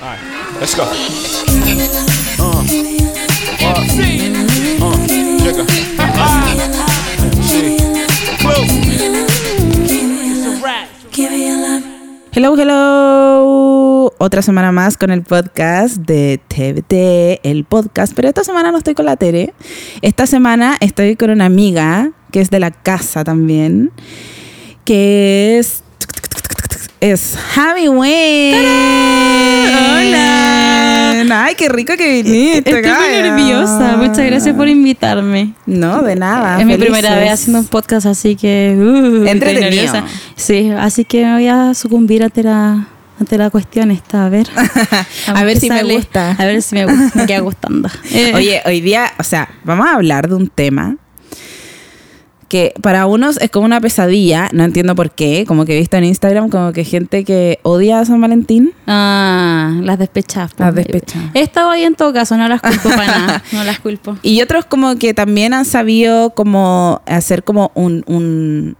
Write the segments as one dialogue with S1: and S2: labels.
S1: All right, let's go. Uh, uh, uh, jigger. MC. Blue.
S2: Hello, hello. Otra semana más con el podcast de TVT, el podcast. Pero esta semana no estoy con la Tere. Esta semana estoy con una amiga que es de la casa también, que es. Es Javi Wayne.
S3: ¡Hola!
S2: Ay, qué rico que viniste.
S3: Estoy muy
S2: Gaia.
S3: nerviosa. Muchas gracias por invitarme.
S2: No, de nada.
S3: es mi
S2: Ah, felices.
S3: primera vez haciendo un podcast, así que. uh, estoy
S2: Entretenido.
S3: nerviosa. Sí, así que me voy a sucumbir ante la, ante la cuestión esta. A ver.
S2: A ver
S3: qué
S2: si me
S3: sale.
S2: gusta.
S3: A ver si me gusta. Me queda gustando. Eh,
S2: Oye, hoy día, o sea, vamos a hablar de un tema que para unos es como una pesadilla, no entiendo por qué, como que he visto en Instagram como que gente que odia a San Valentín.
S3: Ah, las despechadas. pues.
S2: Las despechadas.
S3: He estado ahí en todo caso, no las culpo para nada. No las culpo.
S2: Y otros como que también han sabido como hacer como un, un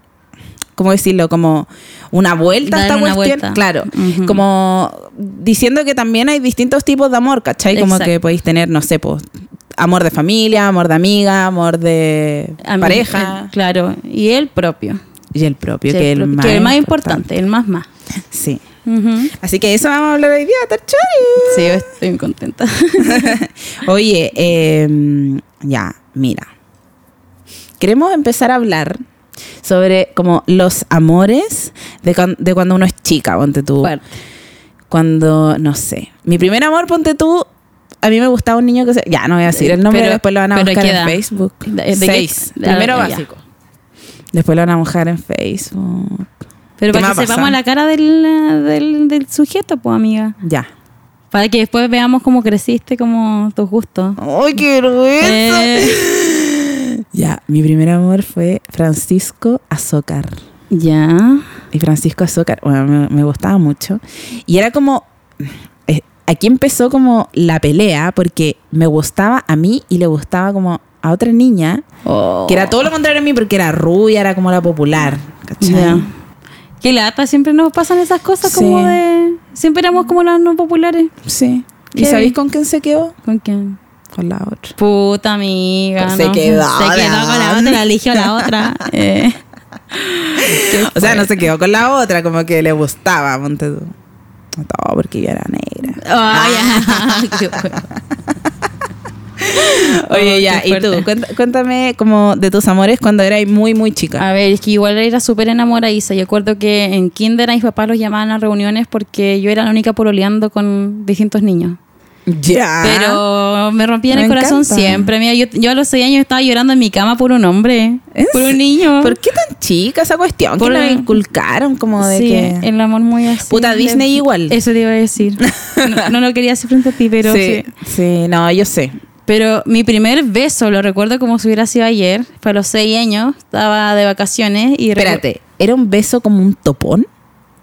S2: ¿cómo decirlo? Como una vuelta a
S3: Dar
S2: esta
S3: una
S2: cuestión.
S3: vuelta.
S2: Claro,
S3: Ujú.
S2: como diciendo que también hay distintos tipos de amor, ¿cachai? Como
S3: Exacto.
S2: que podéis tener, no sé, pues, amor de familia, amor de amiga, amor de
S3: A mí,
S2: pareja.
S3: eh, claro. Y el propio.
S2: Y el propio,
S3: Sí,
S2: que,
S3: el
S2: el
S3: propio,
S2: más
S3: que el más importante, el más más.
S2: Sí.
S3: Ujú.
S2: Así que eso vamos a hablar hoy día, Tarchori.
S3: Sí, pues. yo estoy muy contenta.
S2: Oye, eh, ya, mira. Queremos empezar a hablar sobre como los amores de, cuan- de cuando uno es chica, ponte tú.
S3: Fuerte.
S2: Cuando, no sé. Mi primer amor, ponte tú, a mí me gustaba un niño que se... Ya, no voy a decir el nombre,
S3: Pero-
S2: después lo van a
S3: pero
S2: buscar
S3: ¿qué
S2: en
S3: edad?
S2: Facebook.
S3: ¿De- de qué-
S2: Seis.
S3: de-
S2: Primero
S3: ya.
S2: básico. Después lo van a buscar en Facebook.
S3: Pero
S2: ¿Qué
S3: para
S2: más
S3: que
S2: pasa?
S3: sepamos la cara del, del, del sujeto, pues, amiga.
S2: Ya.
S3: Para que después veamos cómo creciste, cómo tus gustos.
S2: ¡Ay, qué vergüenza!
S3: Eh,
S2: Ya, mi primer amor fue Francisco Azócar.
S3: ya.
S2: Y Francisco Azócar, bueno, me, me gustaba mucho. Y era como, eh, aquí empezó como la pelea porque me gustaba a mí y le gustaba como a otra niña,
S3: Oh.
S2: que era todo lo contrario a mí porque era rubia, era como la popular. ¿cachai?
S3: Ya. Qué lata, siempre nos pasan esas cosas
S2: Sí.
S3: como de. Siempre éramos como las no populares.
S2: Sí. ¿Y
S3: Qué
S2: sabéis
S3: bien.
S2: con quién se quedó?
S3: ¿Con quién?
S2: Con la otra.
S3: Puta amiga.
S2: Pues Se
S3: no.
S2: quedó
S3: Se quedó con la otra, eligió la otra. Eh. Qué
S2: O sea, no
S3: fuerte.
S2: se quedó con la otra, como que le gustaba, ponte tú. No, todo porque yo era negra.
S3: Ay,
S2: ah.
S3: ya. Qué bueno.
S2: Oye,
S3: Oh,
S2: ya,
S3: qué
S2: y tú,
S3: fuerte.
S2: Cuenta- cuéntame como de tus amores cuando eras muy, muy chica.
S3: A ver, es que igual era súper enamoradiza. Yo acuerdo que en kinder a mis papás los llamaban a reuniones porque yo era la única pololeando con distintos niños.
S2: Ya.
S3: Pero me rompían
S2: Ah. Me
S3: el corazón
S2: encanta.
S3: siempre. Mira, yo, yo a los seis años estaba llorando en mi cama por un hombre,
S2: ¿Es?
S3: por un niño.
S2: ¿Por qué tan chica esa cuestión?
S3: Por-
S2: que la inculcaron como de
S3: sí,
S2: que.
S3: el amor muy así.
S2: Puta, Disney igual.
S3: Eso te iba a decir. No, no lo quería decir frente a ti, pero
S2: sí,
S3: sí.
S2: sí, no, yo sé.
S3: Pero mi primer beso, lo recuerdo como si hubiera sido ayer. Fue a los seis años, estaba de vacaciones y... recu-
S2: Espérate, ¿era un beso como un topón?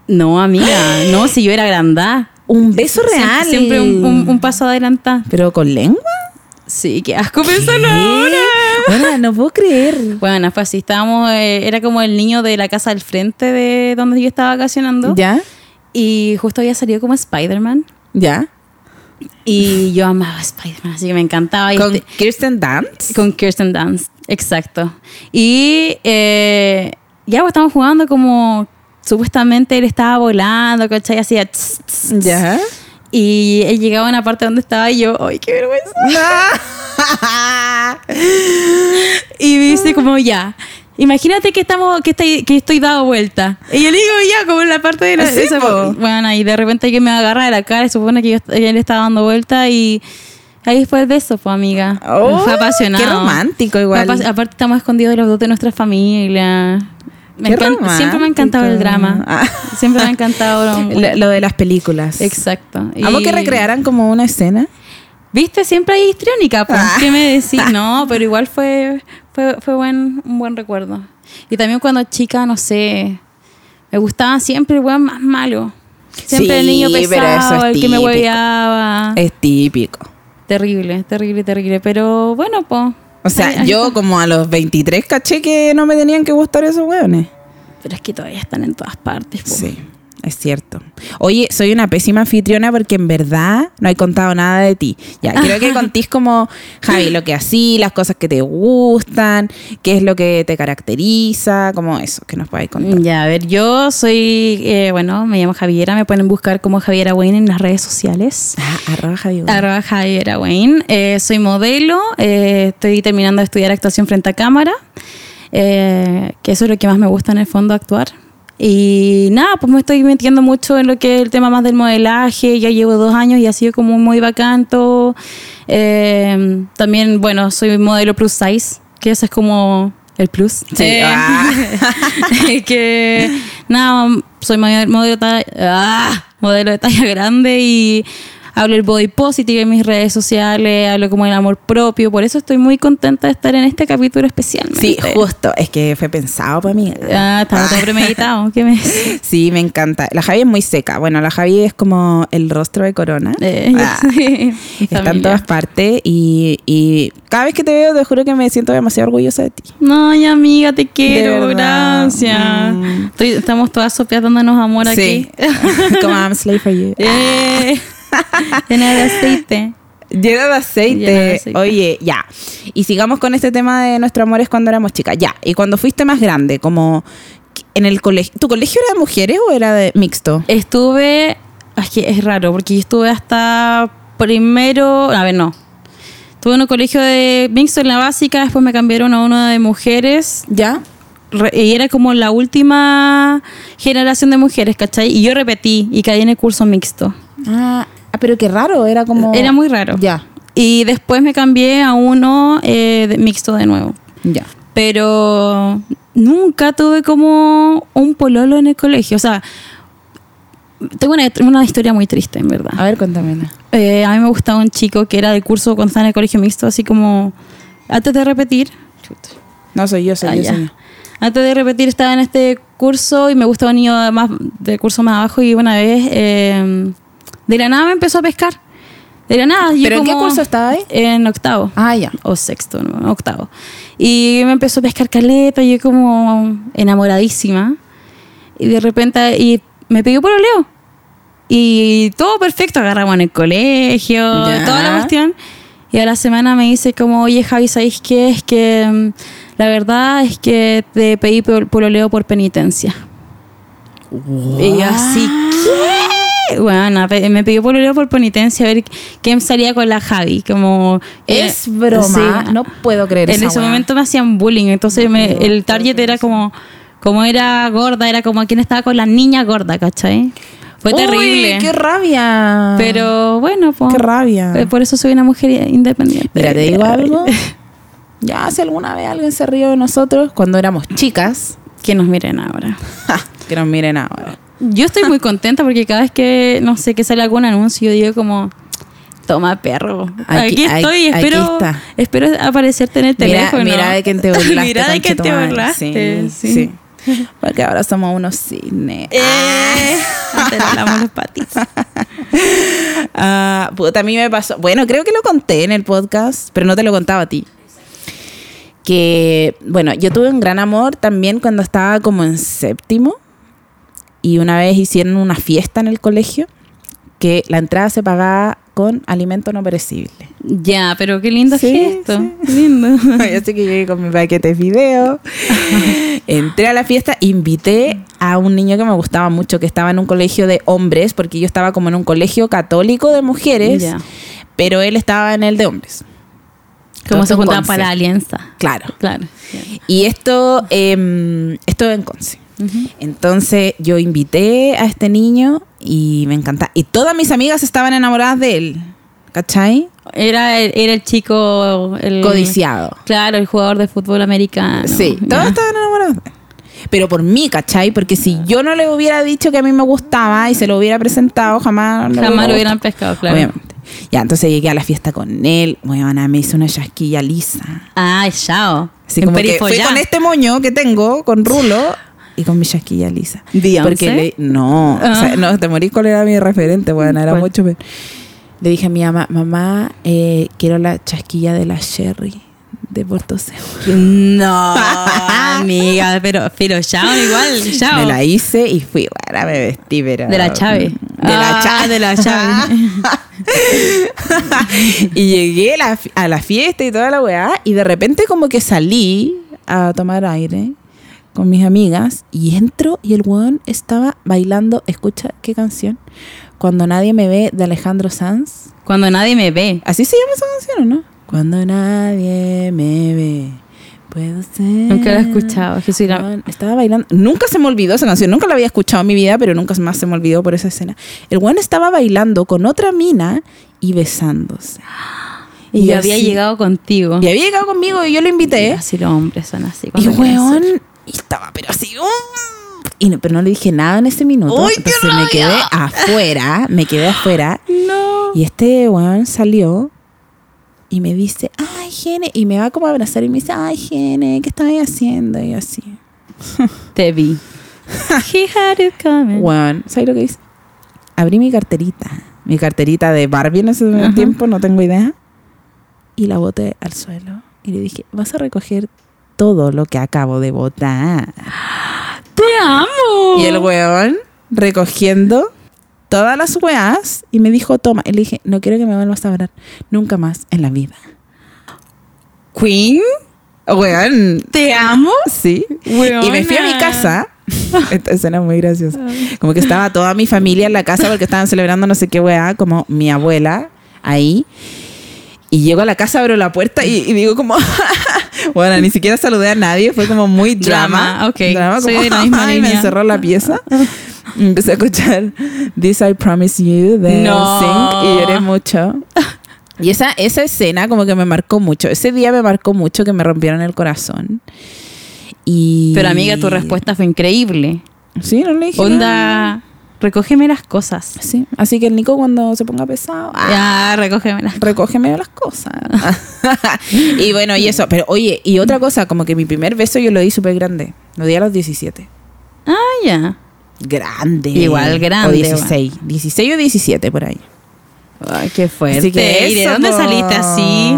S3: No, amiga, no, si yo era grandá.
S2: Un beso
S3: Siem-
S2: real.
S3: Siempre, un, un- un paso adelantado.
S2: ¿Pero con lengua?
S3: Sí, qué asco pensarlo ahora.
S2: Bueno, no puedo creer.
S3: Bueno, pues así estábamos, eh, era como el niño de la casa al frente de donde yo estaba vacacionando.
S2: ¿Ya?
S3: Y justo había salido como Spider-Man.
S2: ¿Ya?
S3: Y yo amaba a Spider-Man, así que me encantaba. Y
S2: ¿Con
S3: este-
S2: Kirsten Dance?
S3: con Kirsten Dunst, exacto. Y eh, ya pues, estábamos jugando como supuestamente él estaba volando, ¿cachai? Hacía... tss, tss, tss.
S2: ¿Ya?
S3: Y él llegaba a una parte donde estaba y yo, ¡ay, qué vergüenza! Y me dice como ya. Imagínate que estamos, que estoy, que estoy dado vuelta. Y yo le digo ya, como en la parte de la
S2: Sí,
S3: esa-
S2: po.
S3: Bueno, y de repente que me agarra de la cara y supone que yo est- él estaba dando vuelta y ahí fue el beso, pues amiga.
S2: Oh,
S3: fue apasionado.
S2: qué romántico
S3: Fue
S2: igual.
S3: apas- aparte estamos escondidos los dos de nuestra familia. Me
S2: Qué
S3: encan- siempre me ha encantado el
S2: romántico.
S3: drama.
S2: Ah.
S3: Siempre me ha encantado. lo-
S2: Lo, lo de las películas.
S3: Exacto. Y-
S2: Amo que recrearan como una escena.
S3: Viste, siempre hay histriónica, pues.
S2: Ah.
S3: ¿Qué me decís? No, pero igual fue, fue, fue buen, un buen recuerdo. Y también cuando chica, no sé, me gustaba siempre el weón más malo. Siempre
S2: Sí,
S3: el niño
S2: pero
S3: pesado,
S2: eso es
S3: el que
S2: típico.
S3: me
S2: Eh.
S3: hueveaba.
S2: Es típico.
S3: Terrible, terrible, terrible. Pero bueno, pues.
S2: O sea, yo como a los 23 caché que no me tenían que gustar esos hueones.
S3: Pero es que todavía están en todas partes, po.
S2: Sí. es cierto. Oye, soy una pésima anfitriona porque en verdad no he contado nada de ti. Ya, creo que contís como, Javi, lo que así, las cosas que te gustan, qué es lo que te caracteriza, como eso, que nos podáis contar.
S3: Ya, a ver, yo soy, eh, bueno, me llamo Javiera, me pueden buscar como Javiera Wayne en las redes sociales.
S2: Ah, arroba Javi. Bueno.
S3: Arroba Javiera Wayne. Eh, soy modelo, eh, estoy terminando de estudiar actuación frente a cámara, eh, que eso es lo que más me gusta en el fondo, actuar. Y nada, pues me estoy metiendo mucho en lo que es el tema más del modelaje, ya llevo dos años y ha sido como muy vacanto. Eh, también, bueno, soy modelo plus size, que eso es como el plus.
S2: Sí,
S3: Eh,
S2: ah.
S3: que nada, soy modelo, modelo talla- ah, modelo de talla grande y hablo el body positive en mis redes sociales, hablo como el amor propio, por eso estoy muy contenta de estar en este capítulo especialmente.
S2: Sí, justo, es que fue pensado para mí.
S3: Ah, estaba todo premeditado, ¿qué me decís?
S2: Sí, me encanta. La Javi es muy seca. Bueno, la Javi es como el rostro de corona.
S3: Eh,
S2: Ah.
S3: sí,
S2: Está en
S3: familia.
S2: todas partes y, y cada vez que te veo te juro que me siento demasiado orgullosa de ti.
S3: No, ya amiga, te quiero,
S2: verdad.
S3: gracias.
S2: Mm.
S3: Estoy- estamos todas sopeas dándonos amor
S2: sí. Ah.
S3: aquí.
S2: Como I'm slave for you.
S3: Eh, llena de aceite.
S2: Llena de, aceite.
S3: Llena de aceite.
S2: Oye, ya. Y sigamos con este tema de nuestro amor es cuando éramos chicas. Ya. Y cuando fuiste más grande, como en el colegio. ¿Tu colegio era de mujeres o era de mixto?
S3: Estuve, es que es raro, porque yo estuve hasta primero, a ver, no. Estuve en un colegio de mixto en la básica, después me cambiaron a uno de mujeres,
S2: Ya.
S3: re- y era como la última generación de mujeres, ¿cachai? Y yo repetí y caí en el curso mixto.
S2: Ah, ah, pero qué raro. Era como.
S3: Era muy raro.
S2: Ya.
S3: Y después me cambié a uno eh, de- mixto de nuevo.
S2: Ya.
S3: Pero nunca tuve como un pololo en el colegio. O sea, tengo una, una historia muy triste, en verdad.
S2: A ver, cuéntame.
S3: Eh, a mí me gustaba un chico que era del curso cuando estaba en el colegio mixto, así como antes de repetir. Chuta.
S2: No soy yo, soy
S3: Ah,
S2: yo.
S3: ya.
S2: soy yo.
S3: Antes de repetir estaba en este curso y me gustaba un niño de más, del curso más abajo y una vez eh, de la nada me empezó a pescar. De la nada. yo
S2: ¿Pero en qué
S3: como-
S2: curso estaba ahí?
S3: En octavo
S2: Ah, ya.
S3: o sexto, no, octavo. Y me empezó a pescar caleta, yo como enamoradísima. Y de repente y me pidió por oleo. Y todo perfecto, agarramos en el colegio,
S2: Ya.
S3: toda la cuestión. Y a la semana me dice como, oye Javi, ¿sabéis qué? Es que mm, la verdad es que te pedí por, por oleo por penitencia. Y yo así, ¿qué? Bueno, pe- me pidió por oleo por penitencia, a ver quién salía con la Javi. Como,
S2: Es
S3: eh,
S2: broma.
S3: sí.
S2: No puedo creer
S3: En
S2: esa
S3: ese
S2: weá.
S3: momento me hacían bullying, entonces me- el target era como, como era gorda, era como quien estaba con la niña gorda, ¿cachai? Fue
S2: Uy,
S3: terrible.
S2: ¡Qué rabia!
S3: pero bueno, pues,
S2: ¡Qué rabia!
S3: eh, por eso soy una mujer independiente.
S2: Mira, te digo algo. Ya, si alguna vez alguien se rió de nosotros cuando éramos chicas,
S3: Que nos miren ahora.
S2: ja, que nos miren ahora.
S3: Yo estoy muy contenta porque cada vez que, no sé, que sale algún anuncio, yo digo como, toma perro.
S2: Aquí-
S3: Aquí, estoy,
S2: aquí- aquí
S3: espero,
S2: está.
S3: espero aparecerte en el
S2: Mira,
S3: teléfono.
S2: mira de quién te burlaste.
S3: mira de quién te
S2: conchetumare.
S3: burlaste.
S2: Sí, sí. Porque ahora somos unos Ah. cisnes.
S3: Eh, te jalamos los patis.
S2: Ah, puta, a mí me pasó. Bueno, creo que lo conté en el podcast, pero no te lo contaba a ti. Que, bueno, yo tuve un gran amor también cuando estaba como en séptimo. Y una vez hicieron una fiesta en el colegio que la entrada se pagaba con alimento no perecible.
S3: Ya, pero qué lindo
S2: Sí,
S3: gesto. Lindo.
S2: Así que llegué con mi paquete de video. Entré a la fiesta, invité a un niño que me gustaba mucho, que estaba en un colegio de hombres, porque yo estaba como en un colegio católico de mujeres,
S3: Ya.
S2: pero él estaba en el de hombres.
S3: Como
S2: Todos
S3: se
S2: en
S3: juntaban
S2: Conce.
S3: para la alianza.
S2: Claro.
S3: Claro.
S2: Y esto, eh, esto en Conce. Entonces yo invité a este niño y me encanta. Y todas mis amigas estaban enamoradas de él. ¿Cachai?
S3: Era, el, era el chico. El,
S2: Codiciado.
S3: Claro, el jugador de fútbol americano.
S2: Sí,
S3: Ya.
S2: todos estaban enamorados. de él. Ah, Pero por mí, ¿cachai? Porque si yo no le hubiera dicho que a mí me gustaba y se lo hubiera presentado, jamás... no
S3: Jamás
S2: me
S3: lo hubieran
S2: gustó.
S3: pescado, claro.
S2: Obviamente. Ya, entonces llegué a la fiesta con él. Bueno, me hizo una chasquilla lisa.
S3: Ah, chao.
S2: Así
S3: En
S2: como que fui
S3: Perifollá.
S2: con este moño que tengo, con rulo, y con mi chasquilla lisa.
S3: Beyoncé.
S2: Porque le- no, o sea,
S3: Ah.
S2: no, te morís cuál era mi referente, bueno, era
S3: ¿Cuál?
S2: mucho peor. Le dije a mi mamá, mamá, eh, quiero la chasquilla de la Sherry, de Puerto Seo.
S3: No, amiga, pero, pero chao, igual, chao.
S2: Me la hice y fui, bueno, me vestí, pero...
S3: Oh. De la Chave.
S2: De la
S3: Ah,
S2: Chave.
S3: de la Chave.
S2: y llegué la fi- a la fiesta y toda la weá, y de repente como que salí a tomar aire con mis amigas, y entro y el weón estaba bailando, escucha qué canción, Cuando Nadie Me Ve de Alejandro Sanz.
S3: Cuando nadie me ve.
S2: Así se llama esa canción, ¿o no? Cuando nadie me ve, puedo ser.
S3: Nunca la he escuchado, que soy la-
S2: Weón, Estaba bailando. Nunca se me olvidó esa canción. Nunca la había escuchado en mi vida, pero nunca más se me olvidó por esa escena. El weón estaba bailando con otra mina y besándose.
S3: Y, yo
S2: así-
S3: había llegado contigo.
S2: Y había llegado conmigo y yo lo
S3: Y
S2: invité.
S3: Así los hombres son así.
S2: Y
S3: cuando quieren
S2: weón, y estaba, pero así. ¡um! Y no- pero no le dije nada en ese minuto.
S3: ¡Uy, qué
S2: Entonces me quedé
S3: rabia!
S2: afuera. Me quedé afuera.
S3: ser. No.
S2: Y este weón salió y me dice, ay, Gene. Y me va como a abrazar y me dice, ay, Gene, ¿qué estabas haciendo? Y yo así.
S3: Te vi. He had it coming.
S2: Weón, ¿sabes lo que dice? Abrí mi carterita. Mi carterita de Barbie en ese
S3: Ajá.
S2: tiempo, no tengo idea. Y la boté al suelo. Y le dije, vas a recoger todo lo que acabo de botar.
S3: ¡Te amo!
S2: Y el weón recogiendo todas las weas y me dijo, toma. Y le dije, no quiero que me vuelvas a hablar nunca más en la vida.
S3: Queen,
S2: Weón,
S3: te amo.
S2: Sí. Y me fui a mi
S3: Weona. Ah.
S2: casa. Esta escena es muy graciosa. Como que estaba toda mi familia en la casa porque estaban celebrando no sé qué weá, como mi abuela ahí. Y llego a la casa, abro la puerta y, y digo como... bueno, ni siquiera saludé a nadie. Fue como muy drama.
S3: Drama, ok. Soy de la misma
S2: y me
S3: línea.
S2: encerró la pieza. Y Empecé a escuchar This I Promise You de
S3: No.
S2: Sync y lloré mucho. Y esa, esa escena como que me marcó mucho. Ese día me marcó mucho que me rompieron el corazón. Y...
S3: Pero amiga, tu respuesta fue increíble.
S2: Sí, no le dije. nada.
S3: Onda, recógeme las cosas.
S2: Sí. Así que el Nico cuando se ponga pesado, ah,
S3: Ya, recógeme las
S2: recógeme las cosas. y bueno, y eso. Pero oye, y otra cosa, como que mi primer beso yo lo di súper grande. Lo di a los 17.
S3: Ah, ya.
S2: Grande.
S3: Igual grande,
S2: O 16. 16 o 17 por ahí.
S3: Ay, qué fuerte.
S2: Así que
S3: ¿Y de
S2: eso,
S3: dónde
S2: po.
S3: saliste así?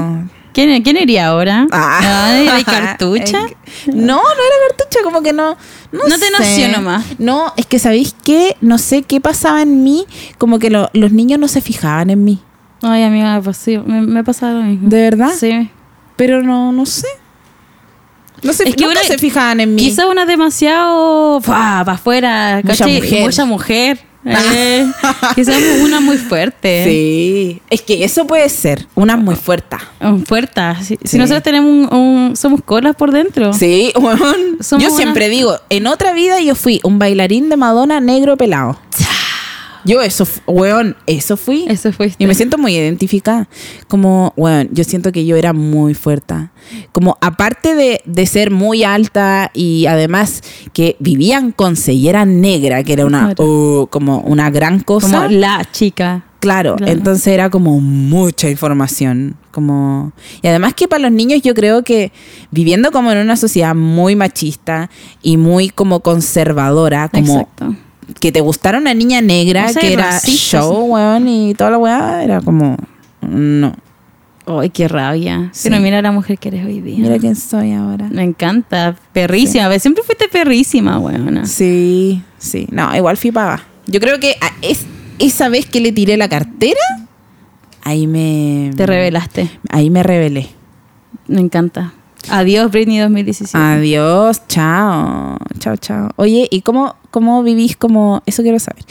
S3: ¿Quién, quién iría ahora?
S2: Ah.
S3: Ay, ¿hay cartucha?
S2: No, no era cartucha, como que no. No,
S3: No te
S2: sé.
S3: nació nomás.
S2: No, es que sabéis que no sé qué pasaba en mí, como que lo- los niños no se fijaban en mí.
S3: Ay, amiga, pues sí, me, me pasa lo mismo.
S2: ¿De verdad?
S3: Sí.
S2: Pero no, no sé. No sé,
S3: Es que
S2: nunca
S3: ahora-
S2: se fijaban en mí.
S3: Quizá una demasiado para afuera,
S2: Mucha
S3: ¿cachai?
S2: mujer.
S3: Mucha mujer. Eh, quizá una muy fuerte.
S2: Sí. Es que eso puede ser. Una muy fuerte.
S3: Un fuerte. Si, si
S2: Sí.
S3: nosotros tenemos un, un- Somos colas por dentro.
S2: Sí, weón.
S3: Somos
S2: Yo siempre
S3: una-
S2: digo, en otra vida yo fui un bailarín de Madonna negro pelado. Yo eso, fu- weón, eso fui.
S3: Eso fuiste.
S2: Y me siento muy identificada. Como, bueno, yo siento que yo era muy fuerte. Como, aparte de, de ser muy alta y además que vivían con sellera negra, que era una,
S3: Claro.
S2: uh, como una gran cosa.
S3: Como la chica.
S2: Claro,
S3: Claro.
S2: entonces era como mucha información. Como... Y además que para los niños yo creo que viviendo como en una sociedad muy machista y muy como conservadora, como
S3: Exacto.
S2: que te gustara una niña negra
S3: No sé,
S2: que era
S3: racista,
S2: show, weón, y toda la weá, era como, no,
S3: Ay, qué rabia.
S2: Sí.
S3: Pero mira la mujer que eres hoy día.
S2: mira quién soy ahora.
S3: Me encanta. Perrísima. A ver, Siempre fuiste perrísima, weona.
S2: Sí, sí, no, igual fui paga. Yo creo que a- es, esa vez que le tiré la cartera, ahí me...
S3: Te revelaste.
S2: Ahí me rebelé.
S3: Me encanta. Adiós, Britney 2017.
S2: Adiós, chao, chao, chao. Oye, ¿y cómo, cómo vivís como, eso quiero saber,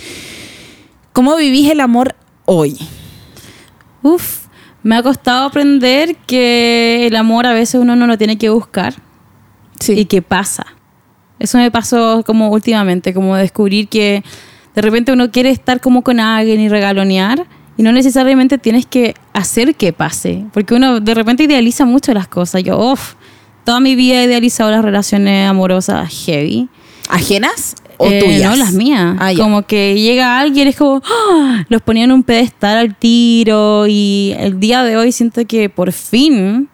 S2: cómo vivís el amor hoy?
S3: Uf, me ha costado aprender que el amor a veces uno no lo tiene que buscar y que pasa. Eso me pasó como últimamente, como descubrir que de repente uno quiere estar como con alguien y regalonear y no necesariamente tienes que hacer que pase, porque uno de repente idealiza mucho las cosas. Yo, uff, toda mi vida he idealizado las relaciones amorosas heavy.
S2: ¿Ajenas o
S3: Eh,
S2: tuyas?
S3: No, las mías.
S2: Ah, ya.
S3: como que llega alguien, es como, ¡ah! los ponían en un pedestal al tiro y el día de hoy siento que por fin,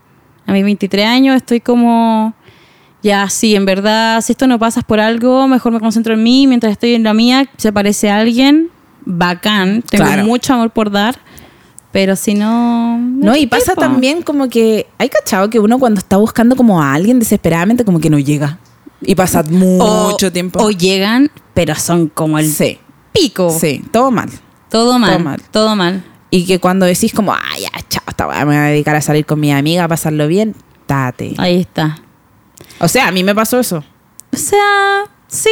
S3: a mis 23 años, estoy como, ya, sí, en verdad, si esto no pasas por algo, mejor me concentro en mí, mientras estoy en la mía, se aparece alguien, bacán, tengo
S2: Claro.
S3: mucho amor por dar, Pero si no...
S2: No, y
S3: ¿qué
S2: pasa
S3: po?
S2: también como que hay cachado que uno cuando está buscando como a alguien desesperadamente como que no llega. Y pasa
S3: O-
S2: mucho tiempo.
S3: O llegan, pero son como el
S2: sí,
S3: pico.
S2: sí, todo mal.
S3: Todo mal.
S2: Todo
S3: Todo
S2: mal.
S3: mal.
S2: Y que cuando decís como, ah, ya, chao, esta weá, me voy a dedicar a salir con mi amiga, a pasarlo bien, tate.
S3: Ahí está.
S2: O sea, a mí me pasó eso,
S3: O sea, sí.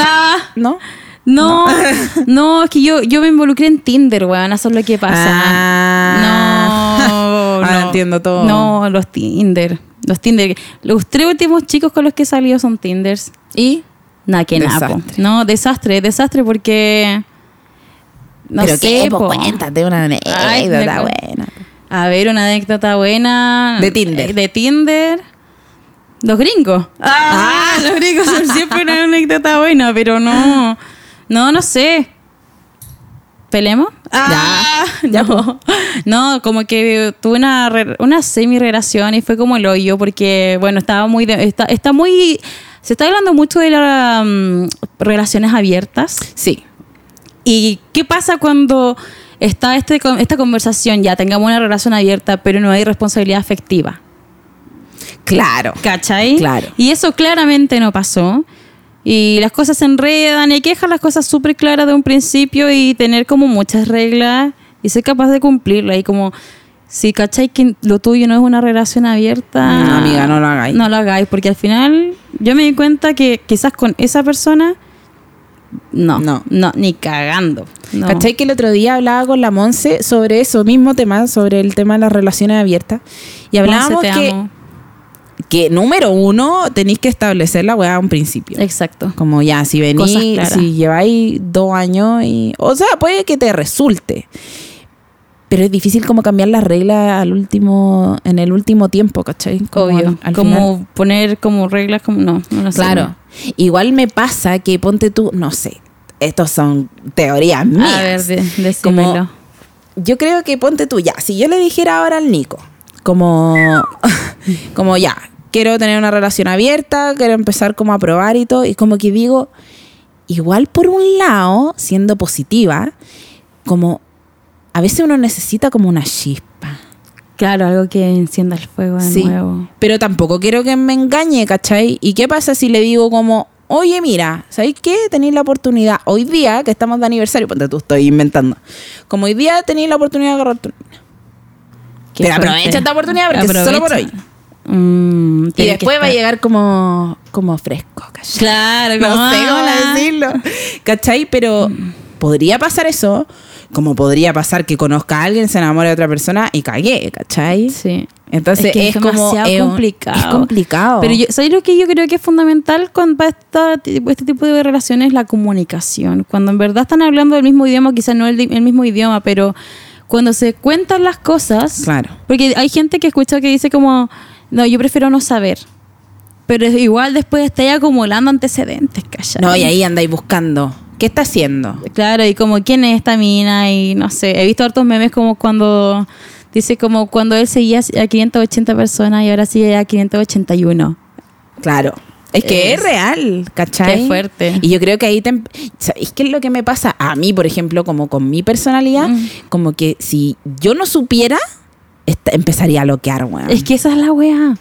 S3: Ah,
S2: ¿no?
S3: no, no, es que yo, yo me involucré en Tinder, weón. Eso es lo que pasa.
S2: Ah.
S3: No,
S2: Ahora
S3: no.
S2: entiendo todo.
S3: No, los Tinder. Los Tinder. Los tres últimos chicos con los que he salido son Tinders.
S2: Y
S3: Nada que nada. po.
S2: Desastre.
S3: No, desastre, desastre porque. No
S2: Pero
S3: sé,
S2: qué, po,
S3: po.
S2: cuéntate una
S3: Ay, me
S2: anécdota
S3: cu-
S2: buena.
S3: A ver, una anécdota buena.
S2: De Tinder.
S3: Eh, De Tinder. Los gringos. Ah, los gringos son siempre una anécdota buena, pero no. No, no sé. ¿Pelemos? Ah, no. No, como que tuve una, re- una semi-relación y fue como el hoyo, porque, bueno, estaba muy. de- está, está muy. Se está hablando mucho de las relaciones abiertas.
S2: Sí.
S3: ¿Y qué pasa cuando está este, con- esta conversación ya, tengamos una relación abierta, pero no hay responsabilidad afectiva?
S2: Claro.
S3: ¿Cachai?
S2: Claro.
S3: Y eso claramente no pasó. Y las cosas se enredan y hay que dejar las cosas súper claras de un principio y tener como muchas reglas y ser capaz de cumplirlas. Y como, si cachai que lo tuyo no es una relación abierta.
S2: No, amiga, no lo hagáis.
S3: Ah, No lo hagáis, porque al final yo me di cuenta que quizás con esa persona. No,
S2: No.
S3: no, ni cagando. No.
S2: ¿Cachai que el otro día hablaba con la Monse sobre eso mismo tema, sobre el tema de las relaciones abiertas? Y hablábamos
S3: Monse, te
S2: que,
S3: amo.
S2: que, número uno, tenéis que establecer la weá a un principio.
S3: Exacto.
S2: Como ya, si
S3: Cosas
S2: venís,
S3: claras.
S2: si lleváis dos años y... O sea, puede que te resulte. Pero es difícil como cambiar las reglas al último, en el último tiempo, ¿cachai? Como
S3: Obvio.
S2: al- al
S3: como
S2: final.
S3: poner como reglas, como no, no lo sé.
S2: Claro. Igual me pasa que ponte tú, no sé, estos son teorías mías.
S3: A ver, de,
S2: Como-
S3: decímelo.
S2: Yo creo que ponte tú ya, si yo le dijera ahora al Nico, como, como ya, quiero tener una relación abierta, quiero empezar como a probar y todo, y como que digo, igual por un lado, siendo positiva, como a veces uno necesita como una chispa.
S3: Claro, algo que encienda el fuego de
S2: Sí.
S3: nuevo.
S2: Pero tampoco quiero que me engañe, ¿cachai? ¿Y qué pasa si le digo como, oye, mira, ¿sabéis qué? Tenéis la oportunidad, hoy día que estamos de aniversario, ponte tú, estoy inventando, como hoy día tenéis la oportunidad de agarrar tu-
S3: Qué
S2: Pero
S3: fuerte.
S2: aprovecha esta oportunidad porque es solo por hoy.
S3: Mm,
S2: Y
S3: tiene que
S2: después va a
S3: estar-
S2: llegar como, como fresco, Ah. ¿cachai?
S3: Claro,
S2: No
S3: como,
S2: sé cómo
S3: "Hola".
S2: decirlo. ¿Cachai? Pero podría pasar eso, como podría pasar que conozca a alguien, se enamore de otra persona y cagué, ¿cachai?
S3: Sí.
S2: Entonces es,
S3: que
S2: como.
S3: demasiado
S2: es un-
S3: complicado.
S2: Es complicado.
S3: Pero yo, ¿sabes lo que yo creo que es fundamental con, para esta- este tipo de relaciones? La comunicación. Cuando en verdad están hablando del mismo idioma, quizás no el, di- el mismo idioma, pero cuando se cuentan las cosas.
S2: Claro.
S3: Porque hay gente que escucha que dice como, no, yo prefiero no saber. Pero es igual después estáis acumulando antecedentes, ¿cachai?
S2: No, y ahí andáis buscando. ¿Qué está haciendo?
S3: Claro, y como quién es esta mina y no sé, he visto hartos memes como cuando dice como cuando él seguía a 580 personas y ahora sigue a 581.
S2: Claro. Es que es,
S3: Es-
S2: real, ¿cachai?
S3: Qué fuerte.
S2: Y yo creo que ahí te... ¿Sabéis qué es lo que me pasa? A mí, por ejemplo, como con mi personalidad,
S3: Mm.
S2: como que si yo no supiera, esta- empezaría a loquear, weón.
S3: Es que esa es la weá.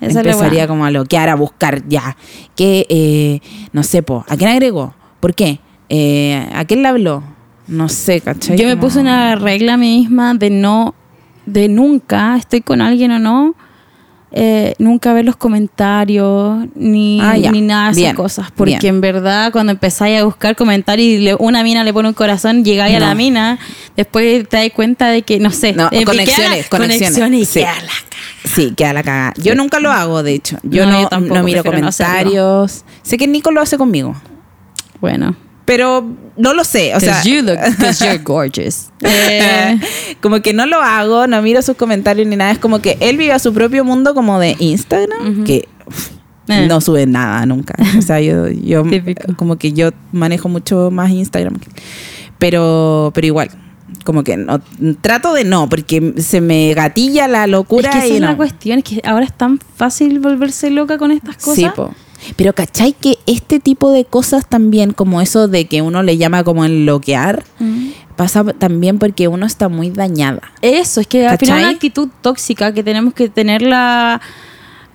S3: Esa es la
S2: Ah. empezaría
S3: weá.
S2: como a loquear, a buscar ya. Que, eh, no sé, po, ¿a quién agregó? ¿Por qué? Eh, ¿A quién le habló? No sé, ¿cachai?
S3: Yo me
S2: Como-
S3: puse una regla a mí misma de no, de nunca, estoy con alguien o no, eh, nunca ver los comentarios ni,
S2: Ah, ya.
S3: ni nada de
S2: Bien,
S3: esas cosas. Porque
S2: bien.
S3: en verdad cuando empezáis a buscar comentarios y le- una mina le pone un corazón, llegáis a
S2: No.
S3: la mina, después te das cuenta de que, no sé,
S2: No,
S3: eh,
S2: conexiones,
S3: queda-
S2: conexiones.
S3: conexiones y
S2: Sí.
S3: queda la
S2: Sí, queda la cagada. Yo nunca lo hago, de hecho. Yo no,
S3: No, yo
S2: no
S3: tampoco,
S2: miro
S3: prefiero no hacerlo.
S2: comentarios. sé que Nico lo hace conmigo.
S3: Bueno,
S2: Pero no lo sé. O sea,
S3: Cause you look- cause you're gorgeous. Eh,
S2: como que no lo hago, no miro sus comentarios ni nada. Es como que él vive a su propio mundo como de Instagram,
S3: Ujú.
S2: que uf,
S3: Eh.
S2: no sube nada nunca. O sea, yo, yo
S3: Típico.
S2: como que yo manejo mucho más Instagram. que- Pero, pero igual. Como que no, trato de no, porque se me gatilla la locura
S3: es que esa
S2: y
S3: es la
S2: no.
S3: cuestión, es que ahora es tan fácil volverse loca con estas cosas.
S2: Sí, po. Pero ¿cachai que este tipo de cosas también, como eso de que uno le llama como el loquear,
S3: Mm.
S2: pasa también porque uno está muy dañada.
S3: Eso, es que al final es una
S2: ¿Cachai?
S3: actitud tóxica que tenemos que tener la,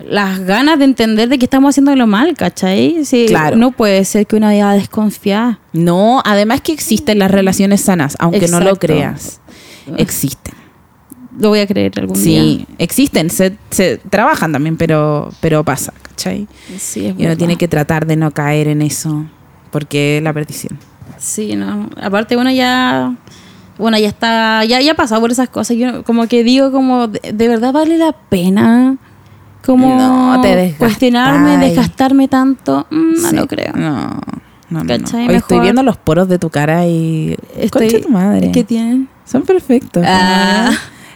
S3: las ganas de entender de que estamos haciendo lo mal, ¿cachai? Sí,
S2: Claro.
S3: No puede ser que una vida desconfiada.
S2: No, además que existen las relaciones sanas, aunque no lo
S3: Exacto.
S2: creas. Existen.
S3: Lo voy a creer algún
S2: Sí, existen, se, se trabajan también, pero, pero pasa, ¿cachai?
S3: día. Sí, es
S2: Y uno
S3: verdad.
S2: tiene que tratar de no caer en eso, porque es la perdición.
S3: Sí, no. Aparte uno ya... Bueno, ya está... Ya, ya ha pasado por esas cosas. Yo como que digo como... ¿De, de verdad vale la pena? Como
S2: No, te desgastáis.
S3: cuestionarme, desgastarme tanto. Mm, No
S2: Sí.
S3: lo creo.
S2: No, no, no, no.
S3: ¿Cachai?
S2: Hoy estoy
S3: Mejor-
S2: viendo los poros de tu cara y...
S3: Estoy-
S2: Concha tu madre.
S3: ¿Qué tienen?
S2: Son perfectos.
S3: Ah.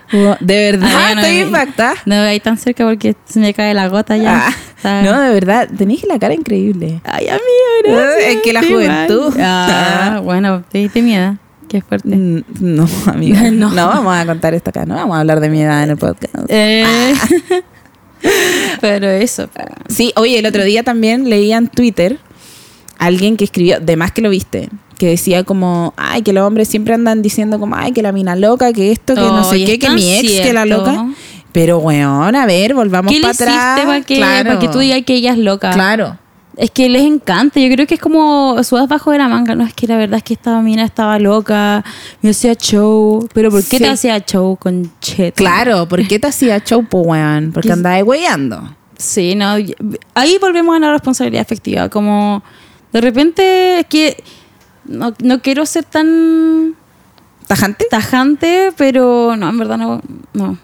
S2: Wow, De verdad,
S3: Ah, no,
S2: estoy
S3: no,
S2: impactada.
S3: No me veáis tan cerca porque se me cae la gota ya.
S2: Ah,
S3: Está-
S2: no, de verdad, tenéis la cara increíble.
S3: Ay, amiga,
S2: Ah, es que la
S3: qué
S2: juventud.
S3: mal. Ah, bueno, te diste miedo. Qué fuerte.
S2: Mm, No, amiga.
S3: No.
S2: no. vamos a contar esto acá, no vamos a hablar de mi edad en el podcast.
S3: Eh, pero eso. pa.
S2: Sí, oye, el otro día también leía en Twitter alguien que escribió, de más que lo viste, que decía como, ay, que los hombres siempre andan diciendo como, ay, que la mina loca, que esto, que no
S3: Ay,
S2: sé qué,
S3: es
S2: que
S3: tan
S2: mi ex, que la
S3: cierto.
S2: loca. Pero, weón, a ver, volvamos
S3: ¿Qué le
S2: para
S3: hiciste
S2: atrás.
S3: para que, pa' que tú digas que ella es loca?
S2: Claro.
S3: Es que les encanta. Yo creo que es como su bajo de la manga. No, es que la verdad es que esta mina estaba loca. Me hacía show. Pero ¿por qué
S2: Sí.
S3: te hacía show con Chet?
S2: Claro, ¿por qué te hacía chopo, weón? Porque
S3: Quis-
S2: andabas hueando.
S3: Sí, no. y- Ahí volvemos a la responsabilidad afectiva. Como de repente es que no, no quiero ser tan
S2: ¿Tajante?
S3: tajante, pero no, en verdad no. no.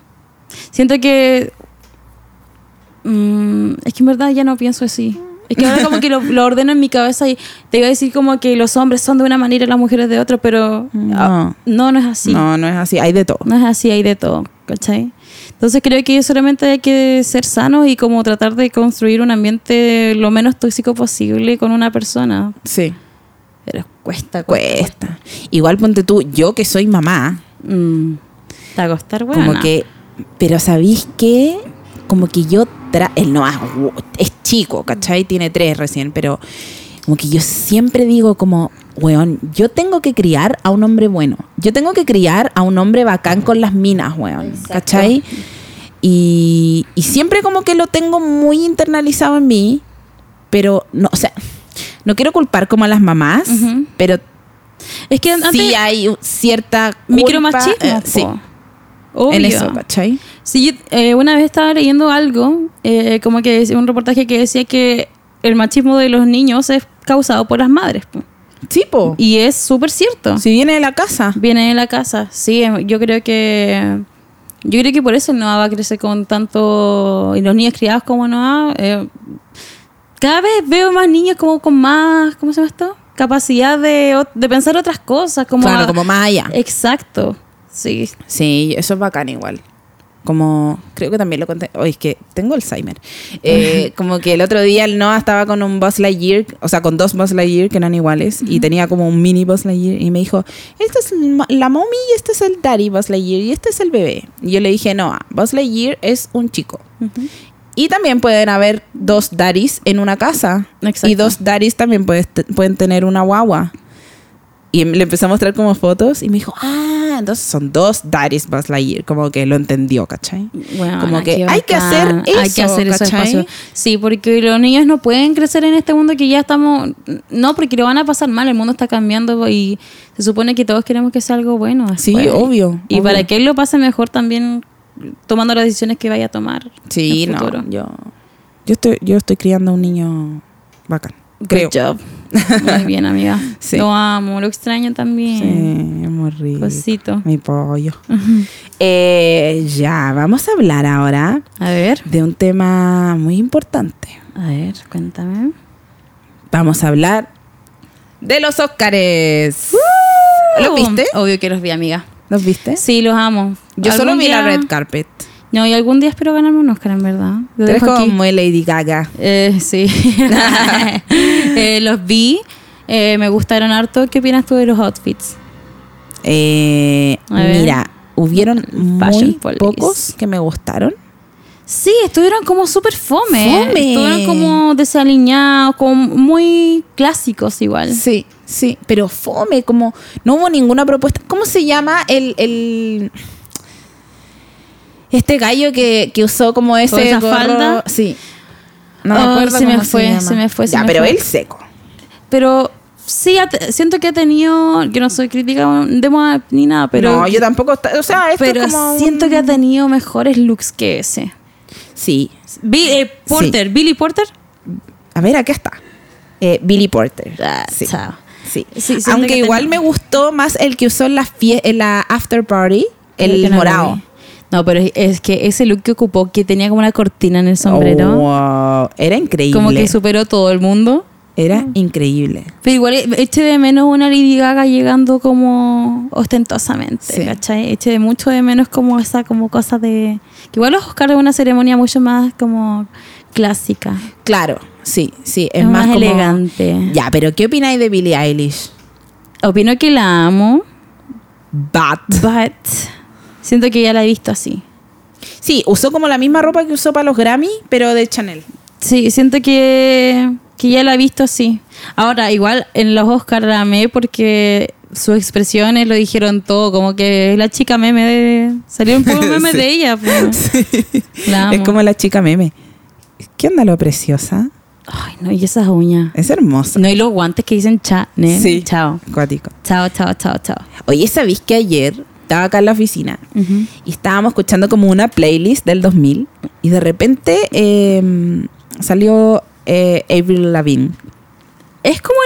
S3: Siento que. mm, es que en verdad ya no pienso así. Es que ahora como que lo, lo ordeno en mi cabeza y te iba a decir como que los hombres son de una manera y las mujeres de otra, pero
S2: No.
S3: ah, no, no es así.
S2: No, no es así, hay de todo.
S3: No es así, hay de todo, ¿cachai? Entonces creo que solamente hay que ser sanos y como tratar de construir un ambiente lo menos tóxico posible con una persona.
S2: Sí.
S3: Pero cuesta, cuesta.
S2: Cuesta. Igual ponte tú, yo que soy mamá,
S3: Mm. Te va a costar, bueno.
S2: como que, pero ¿sabéis qué? Como que yo, tra él no es gu- es chico, ¿cachai? Tiene tres recién, pero como que yo siempre digo como, weón, yo tengo que criar a un hombre bueno, yo tengo que criar a un hombre bacán con las minas, weón, ¿cachai? Y, y siempre como que lo tengo muy internalizado en mí, pero no, o sea, no quiero culpar como a las mamás,
S3: Ujú.
S2: pero
S3: Es que antes
S2: sí hay u- cierta culpa,
S3: micromachismo.
S2: eh,
S3: po.
S2: sí,
S3: Obvio.
S2: en eso, ¿cachai?
S3: Sí, yo, eh, una vez estaba leyendo algo, eh, como que decía- un reportaje que decía que el machismo de los niños es causado por las madres. po.
S2: Sí, po.
S3: Y es súper cierto.
S2: Si viene de la casa.
S3: Viene de la casa, sí, em- yo creo que yo creo que por eso no va a crecer con tanto y los niños criados como no cada vez veo más niños como con más, ¿cómo se llama esto? Capacidad de, ot- de pensar otras cosas, como
S2: claro,
S3: a-
S2: como más allá.
S3: Exacto. Sí.
S2: Sí, eso es bacán igual. Como, creo que también lo conté. Oye, es que tengo Alzheimer. Eh, como que el otro día el Noah estaba con un Buzz Lightyear, o sea, con dos Buzz Lightyear que eran iguales, y tenía como un mini Buzz Lightyear, y me dijo, esta es la la mommy y este es el daddy Buzz Lightyear, y este es el bebé. Y yo le dije, Noah, Buzz Lightyear es un chico. Y también pueden haber dos daddies en una casa.
S3: Exacto.
S2: Y dos daddies también puedes te- pueden tener una guagua. Y le empecé a mostrar como fotos y me dijo, ah, entonces son dos daddies Buzz Lightyear. Como que lo entendió, ¿cachai?
S3: Bueno,
S2: Como que
S3: qué
S2: hay que
S3: bacán.
S2: hacer
S3: Hay
S2: eso,
S3: que hacer esos
S2: ¿cachai?
S3: espacios. Sí, porque los niños no pueden crecer en este mundo que ya estamos. No, porque lo van a pasar mal. El mundo está cambiando y se supone que todos queremos que sea algo bueno.
S2: Sí,
S3: después.
S2: obvio,
S3: Y
S2: obvio.
S3: para que él lo pase mejor también tomando las decisiones que vaya a tomar.
S2: Sí,
S3: en el
S2: no.
S3: futuro.
S2: Yo, yo, estoy, yo estoy criando a un niño bacán.
S3: Good
S2: Creo.
S3: job. Muy bien, amiga.
S2: Sí.
S3: Lo amo, lo extraño
S2: Sí,
S3: también.
S2: es muy rico.
S3: Cosito.
S2: Mi pollo. Eh, ya, vamos a hablar ahora
S3: A ver,
S2: de un tema muy importante.
S3: a ver, cuéntame.
S2: Vamos a hablar de los Óscares. ¿Los viste?
S3: Oh, Obvio que los vi, amiga.
S2: Uh. ¿Los viste?
S3: Sí, los amo.
S2: Yo
S3: Algún
S2: solo vi la
S3: día-
S2: red carpet.
S3: No, y algún día espero ganarme un Oscar, en verdad. Lo
S2: Eres
S3: dejo aquí.
S2: como Lady Gaga.
S3: Eh, sí. Eh, los vi. eh, me gustaron harto. ¿Qué opinas tú de los outfits?
S2: Eh,
S3: A ver.
S2: mira, hubieron
S3: Fashion
S2: muy
S3: police.
S2: pocos que me gustaron.
S3: Sí, estuvieron como súper fome.
S2: Fome.
S3: Estuvieron como desaliñados, como muy clásicos igual.
S2: Sí, sí, pero fome, como no hubo ninguna propuesta. ¿Cómo se llama el... el- Este gallo que, que usó como ese
S3: esa
S2: gorro-
S3: falda?
S2: Sí. No me
S3: Oh,
S2: acuerdo
S3: se me
S2: cómo
S3: fue,
S2: llama.
S3: se me fue, se
S2: Ya,
S3: me
S2: pero
S3: fue.
S2: él seco.
S3: Pero sí, ha te- siento que ha tenido, yo no soy crítica de moda ni nada, pero,
S2: no, yo tampoco... está- O sea, esto
S3: pero
S2: es como un-
S3: siento que ha tenido mejores looks que ese.
S2: Sí.
S3: Bi- eh, Porter, Billy Porter.
S2: A ver, acá está. Eh, Billy Porter.
S3: Ah,
S2: Sí.
S3: chao.
S2: Sí.
S3: Sí, siento
S2: Aunque
S3: que
S2: igual
S3: tenía-
S2: me gustó más el que usó en la, fie- en la after party,
S3: Creo que
S2: el
S3: no lo
S2: morado.
S3: vi. No, pero es que ese look que ocupó, que tenía como una cortina en el sombrero,
S2: Oh, wow. Era increíble.
S3: como que superó todo el mundo.
S2: Era increíble.
S3: Pero igual e- eche de menos una Lady Gaga llegando como ostentosamente,
S2: Sí.
S3: ¿cachai? Eche de mucho de menos como esa como cosa de... Que igual los Oscar es una ceremonia mucho más como clásica.
S2: Claro, sí, sí. Es,
S3: Es más
S2: como-
S3: elegante.
S2: Ya, pero ¿qué opináis de Billie Eilish?
S3: Opino que la amo,
S2: Bat.
S3: but siento que ya la he visto así.
S2: Sí, usó como la misma ropa que usó para los Grammy, pero de Chanel.
S3: Sí, siento que, que ya la he visto así. Ahora, igual en los Oscar la amé porque sus expresiones lo dijeron todo, como que es la chica meme de... Salió un poco meme
S2: Sí.
S3: de ella. pues. La
S2: Es
S3: amo.
S2: como la chica meme. ¿Qué onda lo preciosa?
S3: Ay, no, y esas uñas.
S2: Es hermosa.
S3: No, y los guantes que dicen Chanel.
S2: Sí.
S3: Chao.
S2: Cuático.
S3: Chao, chao, chao, chao.
S2: Oye, ¿sabéis que ayer estaba acá en la oficina y estábamos escuchando como una playlist del 2000 y de repente eh, salió eh, Avril Lavigne?
S3: Es como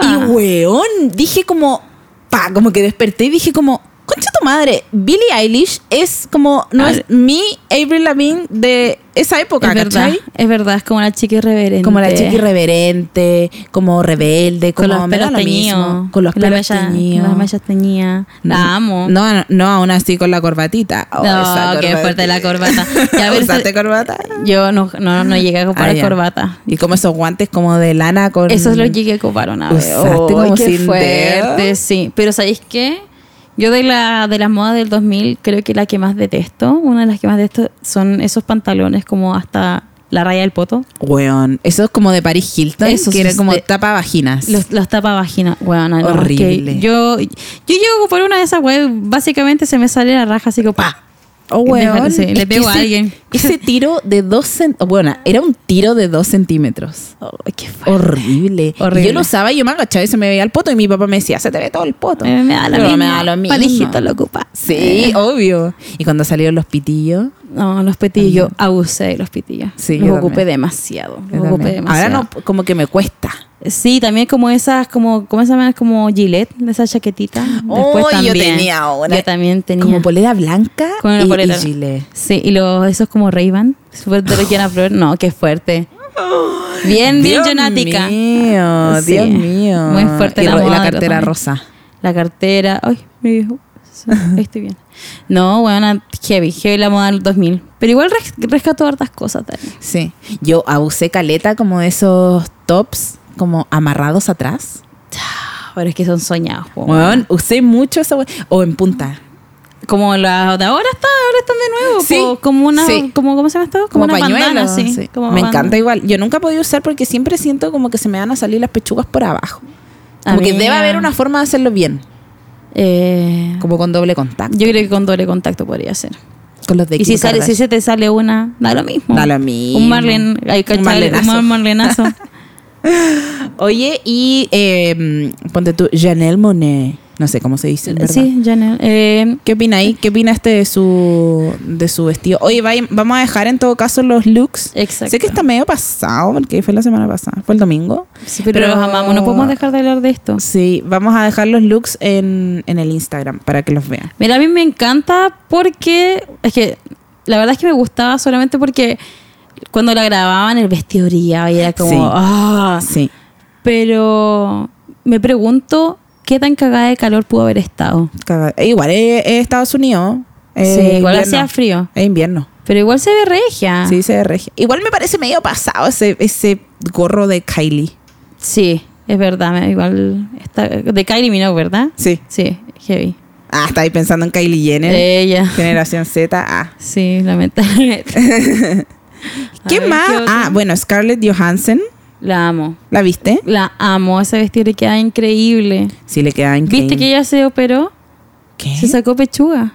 S3: la
S2: Y
S3: nueva.
S2: weón, dije como, pa, como que desperté y dije como, concha tu madre, Billie Eilish es como, no es
S3: Al-
S2: mi Avril Lavigne de esa época,
S3: es verdad,
S2: ¿cachai?
S3: es verdad, es como la chica irreverente.
S2: Como la chica irreverente, como rebelde,
S3: Con
S2: como
S3: los
S2: me da
S3: pelos
S2: lo
S3: teñidos.
S2: mismo, con los
S3: Con la
S2: pelos
S3: malla-
S2: teñidos.
S3: Con las mallas teñidas. La amo.
S2: No, no, no, aún así con la corbatita. Oh, esa
S3: No, qué
S2: corbata.
S3: fuerte la corbata. Ya, pero
S2: ¿Usaste
S3: esa-
S2: corbata?
S3: Yo no, no, no llegué a
S2: Ah,
S3: comprar
S2: ya.
S3: corbata.
S2: Y como esos guantes como de lana con...
S3: Eso lo llegué a copar una vez.
S2: Usaste
S3: Ay,
S2: como
S3: qué
S2: sin dedo.
S3: sí. Pero ¿sabéis qué? Yo de la de las modas del 2000 creo que la que más detesto, una de las que más detesto son esos pantalones como hasta la raya del poto,
S2: Weón, eso es como de Paris Hilton,
S3: Eso
S2: que
S3: sí
S2: era
S3: es
S2: como
S3: de-
S2: tapa vaginas.
S3: los, los tapa vagina, weón, no, es que
S2: Horrible.
S3: yo yo llego a ocupar una de esas weas, básicamente se me sale la raja así como pa.
S2: Oh,
S3: Deja-
S2: weón.
S3: sí, le
S2: Es que
S3: pego a
S2: ese-
S3: alguien.
S2: Ese tiro de dos centímetros. Bueno, era un tiro de dos centímetros.
S3: Ay, qué fuerte.
S2: Horrible.
S3: Horrible.
S2: Y yo lo usaba, yo me agachaba y se me veía el poto. Y mi papá me decía, se te ve todo el poto.
S3: Eh, me da lo
S2: Pero
S3: mismo.
S2: Me da lo mismo.
S3: Parijito lo ocupa. Eh.
S2: Sí, obvio. Y cuando salieron los pitillos.
S3: No, los pitillos, yo abusé de los pitillos.
S2: Sí,
S3: los
S2: yo
S3: ocupé
S2: también.
S3: demasiado.
S2: yo
S3: Los ocupé
S2: también.
S3: demasiado.
S2: Ahora no, como que me cuesta.
S3: Sí, también como esas, como, ¿cómo se llaman? Como Gillette, esa chaquetita. Después
S2: Oh, yo
S3: también.
S2: tenía ahora.
S3: Yo también tenía.
S2: Como polera blanca
S3: Con una
S2: y,
S3: polera.
S2: y gilet.
S3: Sí, y los, esos como Ray-Ban, súper de Regina Flor. No, qué fuerte. Bien, bien
S2: Dios
S3: Jonática.
S2: mío,
S3: Sí.
S2: Dios mío.
S3: Muy fuerte
S2: Y
S3: la
S2: ro- y
S3: moda
S2: la
S3: de los
S2: cartera
S3: 2000.
S2: rosa.
S3: La cartera. Ay, me dijo. Sí, ahí estoy bien. No, bueno, heavy, heavy la moda del 2000. Pero igual res- rescató hartas cosas también.
S2: Sí. Yo abusé caleta como de esos tops como amarrados atrás.
S3: Pero es que son soñados. po,
S2: Weón, usé mucho esa we- O en punta.
S3: Como las de ahora está, ahora están de nuevo.
S2: Sí,
S3: po, como una,
S2: sí.
S3: como, ¿cómo se llama esto? Como,
S2: Como,
S3: una
S2: pañuelo.
S3: bandana, sí.
S2: sí.
S3: como
S2: me
S3: bandana.
S2: encanta igual. Yo nunca he podido usar porque siempre siento como que se me van a salir las pechugas por abajo. Como que
S3: Amiga.
S2: debe haber una forma de hacerlo bien.
S3: Eh,
S2: Como con doble contacto.
S3: yo creo que con doble contacto podría ser.
S2: Con los de
S3: y si,
S2: Kim
S3: sale, si
S2: Kardashian.
S3: se te sale una, da lo mismo.
S2: Da lo mismo.
S3: Un marlen, ay,
S2: Un
S3: cachai,
S2: marlenazo.
S3: un marlenazo.
S2: Oye, y eh, ponte tú, Janelle Monet. No sé cómo se dice. en verdad.
S3: sí, Janelle. Eh,
S2: ¿Qué opina ahí? ¿Qué opina este de su, de su vestido? Oye, vai- vamos a dejar en todo caso los looks.
S3: Exacto.
S2: Sé que está medio pasado, porque fue la semana pasada, fue el domingo.
S3: sí, pero, los amamos, no podemos dejar de hablar de esto.
S2: Sí, vamos a dejar los looks en, en el Instagram para que los vean.
S3: Mira, a mí me encanta porque es que la verdad es que me gustaba solamente porque cuando la grababan el vestido brillaba y era como
S2: Sí.
S3: ah,
S2: Sí.
S3: pero me pregunto qué tan cagada de calor pudo haber estado.
S2: Caga- eh, igual es es Estados Unidos. eh,
S3: Sí, igual
S2: invierno.
S3: hacía Ah. frío.
S2: Es invierno.
S3: Pero igual se ve regia.
S2: Sí, se rege. Igual me parece medio pasado ese, ese gorro de Kylie.
S3: Sí, es verdad, me- igual está de Kylie Minogue, ¿verdad?
S2: Sí.
S3: Sí, heavy.
S2: Ah, está ahí pensando en Kylie Jenner.
S3: Ella.
S2: Generación Z. Ah.
S3: Sí, lamentablemente. A
S2: ¿Qué
S3: ver,
S2: más?
S3: ¿qué otra?
S2: ah, bueno, Scarlett Johansson.
S3: La amo.
S2: ¿La viste?
S3: La amo. Ese vestido le queda increíble.
S2: Sí, le queda increíble. ¿Eh?
S3: ¿Viste que ella se operó?
S2: ¿Qué?
S3: Se sacó pechuga.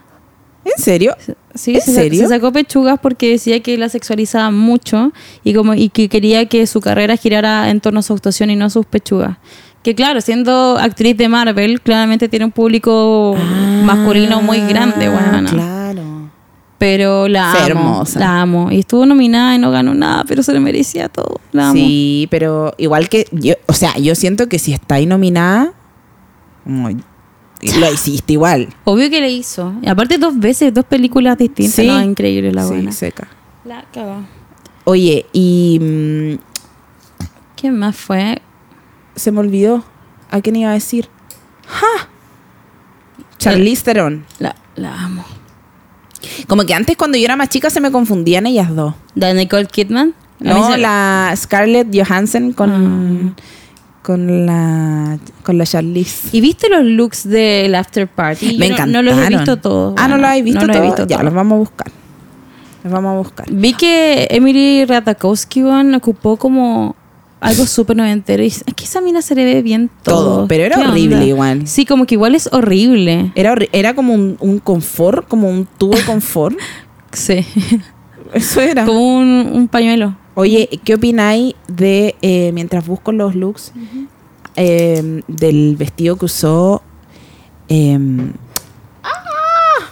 S2: ¿En serio?
S3: Sí,
S2: ¿En
S3: se, sa-
S2: serio?
S3: se sacó pechugas porque decía que la sexualizaba mucho y como y que quería que su carrera girara en torno a su actuación y no a sus pechugas. Que claro, siendo actriz de Marvel, claramente tiene un público masculino muy grande, bueno,
S2: Ah, Claro.
S3: pero la
S2: Fue
S3: amo,
S2: hermosa.
S3: la amo. Y estuvo nominada y no ganó nada, pero se le merecía todo. La amo.
S2: Sí, pero igual que yo, o sea, yo siento que si está ahí nominada, como- lo hiciste igual.
S3: Obvio que le hizo. Y aparte dos veces, dos películas distintas.
S2: Sí.
S3: No, increíble la buena.
S2: Sí, seca.
S3: La cagó.
S2: Oye, y mm,
S3: ¿Quién más fue?
S2: se me olvidó. ¿A quién iba a decir? ¡Ja! Charlize Theron.
S3: La, la amo.
S2: Como que antes cuando yo era más chica se me confundían ellas dos.
S3: ¿De Nicole Kidman? A mí
S2: No,
S3: se- Mm.
S2: la Scarlett Johansson con, con la con la Charlize.
S3: ¿Y viste los looks del after party?
S2: me
S3: Yo no-
S2: encantaron.
S3: No, los he visto todos.
S2: Ah, no
S3: bueno,
S2: los has visto
S3: no los he
S2: todos.
S3: visto
S2: ya,
S3: todos.
S2: los vamos a buscar. Los vamos a buscar.
S3: Vi que Emily Ratakowski weón, ocupó como algo súper noventero. Y es que esa mina se le ve bien todo.
S2: Todo, pero era
S3: ¿Qué
S2: horrible igual.
S3: Sí, como que igual es horrible.
S2: Era, horri- era como un, un confort, como un tubo de confort.
S3: Sí.
S2: Eso era.
S3: como un, un pañuelo.
S2: Oye, ¿qué opináis de, eh, mientras busco los looks, eh, del vestido que usó... eh, ¡ah!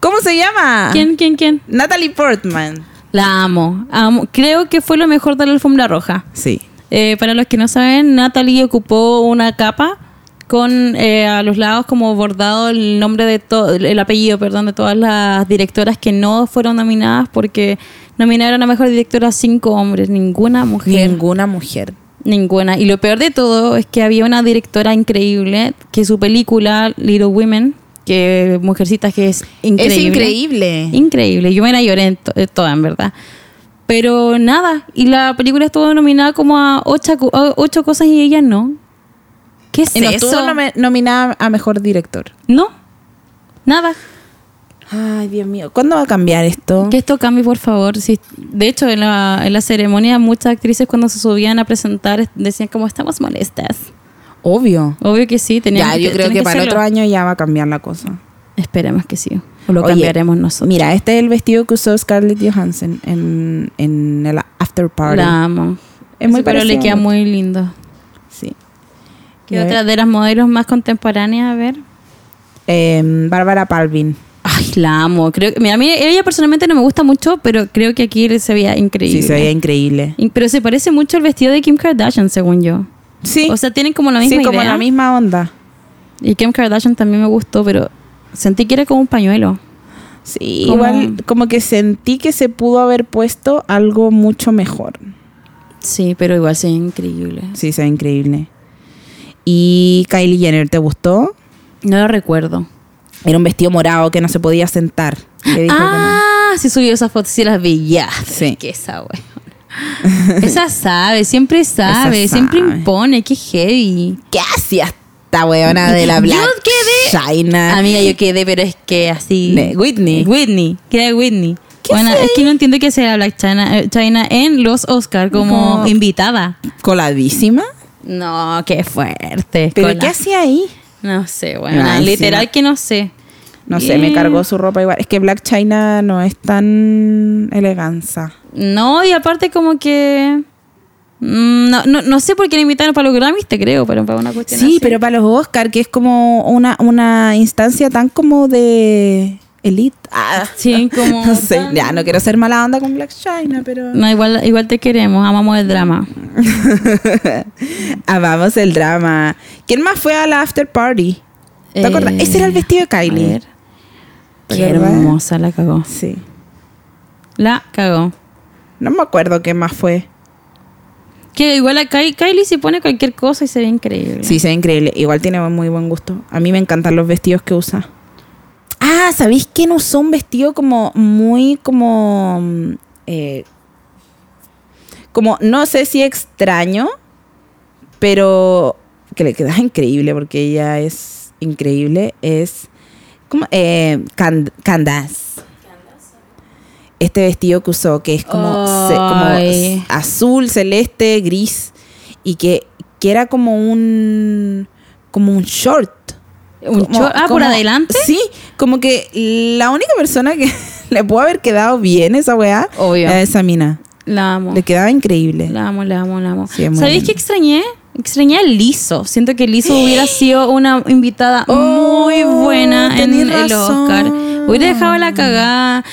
S2: ¿Cómo se llama?
S3: ¿Quién, quién, quién?
S2: Natalie Portman.
S3: La amo. amo. Creo que fue lo mejor de la alfombra roja.
S2: Sí.
S3: Eh, para los que no saben, Natalie ocupó una capa con eh, a los lados como bordado el nombre de todo, el apellido, perdón, de todas las directoras que no fueron nominadas porque nominaron a mejor directora a cinco hombres, ninguna mujer.
S2: Ninguna mujer.
S3: Ninguna. Y lo peor de todo es que había una directora increíble que su película, Little Women, que Mujercitas, que es increíble.
S2: increíble.
S3: Increíble. Yo me la lloré en to- eh, toda, en verdad. Pero nada. Y la película estuvo nominada como a ocho, co- a ocho cosas y ella no. ¿Qué es
S2: Y no
S3: eso?
S2: estuvo nome- nominada a mejor director.
S3: No. Nada.
S2: Ay, Dios mío. ¿Cuándo va a cambiar esto?
S3: Que esto cambie, por favor. Si- de hecho, en la, en la ceremonia, muchas actrices cuando se subían a presentar es- decían como estamos molestas.
S2: Obvio.
S3: Obvio que sí. Tenían
S2: ya, yo creo
S3: tienen
S2: que, para el
S3: hacerlo.
S2: otro año ya va a cambiar la cosa.
S3: Esperemos que sí. O lo
S2: Oye,
S3: cambiaremos nosotros.
S2: Mira, este es el vestido que usó Scarlett Johansson en, en el after party.
S3: la amo.
S2: Es muy
S3: Pero le
S2: parecido.
S3: queda muy lindo.
S2: Sí.
S3: ¿Qué
S2: Y a
S3: otra de las modelos más contemporáneas? A ver.
S2: Eh, Bárbara Palvin.
S3: Ay, la amo. Creo que, mira, a mí ella personalmente no me gusta mucho, pero creo que aquí se veía increíble.
S2: Sí, se veía increíble.
S3: In- Pero se parece mucho al vestido de Kim Kardashian, según yo.
S2: Sí.
S3: O sea, tienen como la
S2: sí,
S3: misma
S2: como
S3: idea.
S2: la misma onda.
S3: Y Kim Kardashian también me gustó, pero sentí que era como un pañuelo.
S2: Sí,
S3: Como-
S2: igual como que sentí que se pudo haber puesto algo mucho mejor.
S3: Sí, pero igual se veía increíble.
S2: Sí, se ve increíble. ¿Y Kylie Jenner te gustó?
S3: No lo recuerdo.
S2: Era un vestido morado que no se podía sentar. Le dijo que no.
S3: ah, sí subió esas fotos, sí las vi ya.
S2: Sí.
S3: Que esa weón. esa sabe, siempre sabe,
S2: Esa
S3: siempre
S2: sabe.
S3: impone, qué heavy.
S2: ¿Qué hacía esta weona de la
S3: Yo
S2: Black
S3: quedé-
S2: China?
S3: Amiga, yo quedé, pero es que así.
S2: Ne- Whitney.
S3: Ah, Whitney. Queda Whitney. Bueno, es que no entiendo que sea Black China, eh, China en los Oscar como
S2: No.
S3: invitada.
S2: ¿Coladísima?
S3: No, qué fuerte.
S2: ¿Pero
S3: Cola.
S2: qué hacía ahí?
S3: No sé, bueno,
S2: Ah,
S3: literal
S2: encima.
S3: que no sé.
S2: No sé, me
S3: Eh.
S2: cargó su ropa igual. Es que Black China no es tan eleganza.
S3: No, y aparte como que... mm, No, no, no sé por qué la invitaron para los Grammys, te creo, pero para una cuestión
S2: Sí,
S3: así.
S2: pero para los Oscar, que es como una, una instancia tan como de elite. Ah,
S3: Sí, como
S2: no sé,
S3: tan-
S2: ya no quiero ser mala onda con Black China, pero...
S3: No, igual, igual te queremos, amamos el drama.
S2: Amamos el drama. ¿Quién más fue a la after party? ¿Te
S3: Eh,
S2: acuerdas? Ese era el vestido de
S3: a
S2: Kylie.
S3: ver.
S2: ¿Te
S3: Qué
S2: acuerdas?
S3: hermosa, la cagó.
S2: Sí.
S3: La cagó.
S2: No me acuerdo qué más fue.
S3: Que igual a Ky- Kylie se pone cualquier cosa y se ve increíble.
S2: Sí, se ve increíble. Igual tiene muy buen gusto. A mí me encantan los vestidos que usa. Ah, ¿sabéis quién usó un vestido como muy como... mm, eh, como, no sé si extraño, pero que le queda increíble porque ella es increíble es como eh, Cand- Candace. Este vestido que usó, que es como, ce- como
S3: Ay.
S2: azul, celeste, gris, y que, que era como un, como un short.
S3: Un
S2: Como-
S3: short- ah, por
S2: como-
S3: adelante.
S2: Sí, como que la única persona que le pudo haber quedado bien esa weá
S3: Obvio.
S2: era esa mina.
S3: La amo.
S2: Le quedaba increíble.
S3: La amo, la amo, la amo.
S2: Sí, es muy
S3: ¿Sabéis
S2: linda.
S3: qué extrañé? Extrañé a Lizo. Siento que Lizo hubiera sido una invitada
S2: Oh,
S3: muy buena en
S2: tenés
S3: el
S2: razón.
S3: Oscar. Hubiera dejado la cagada.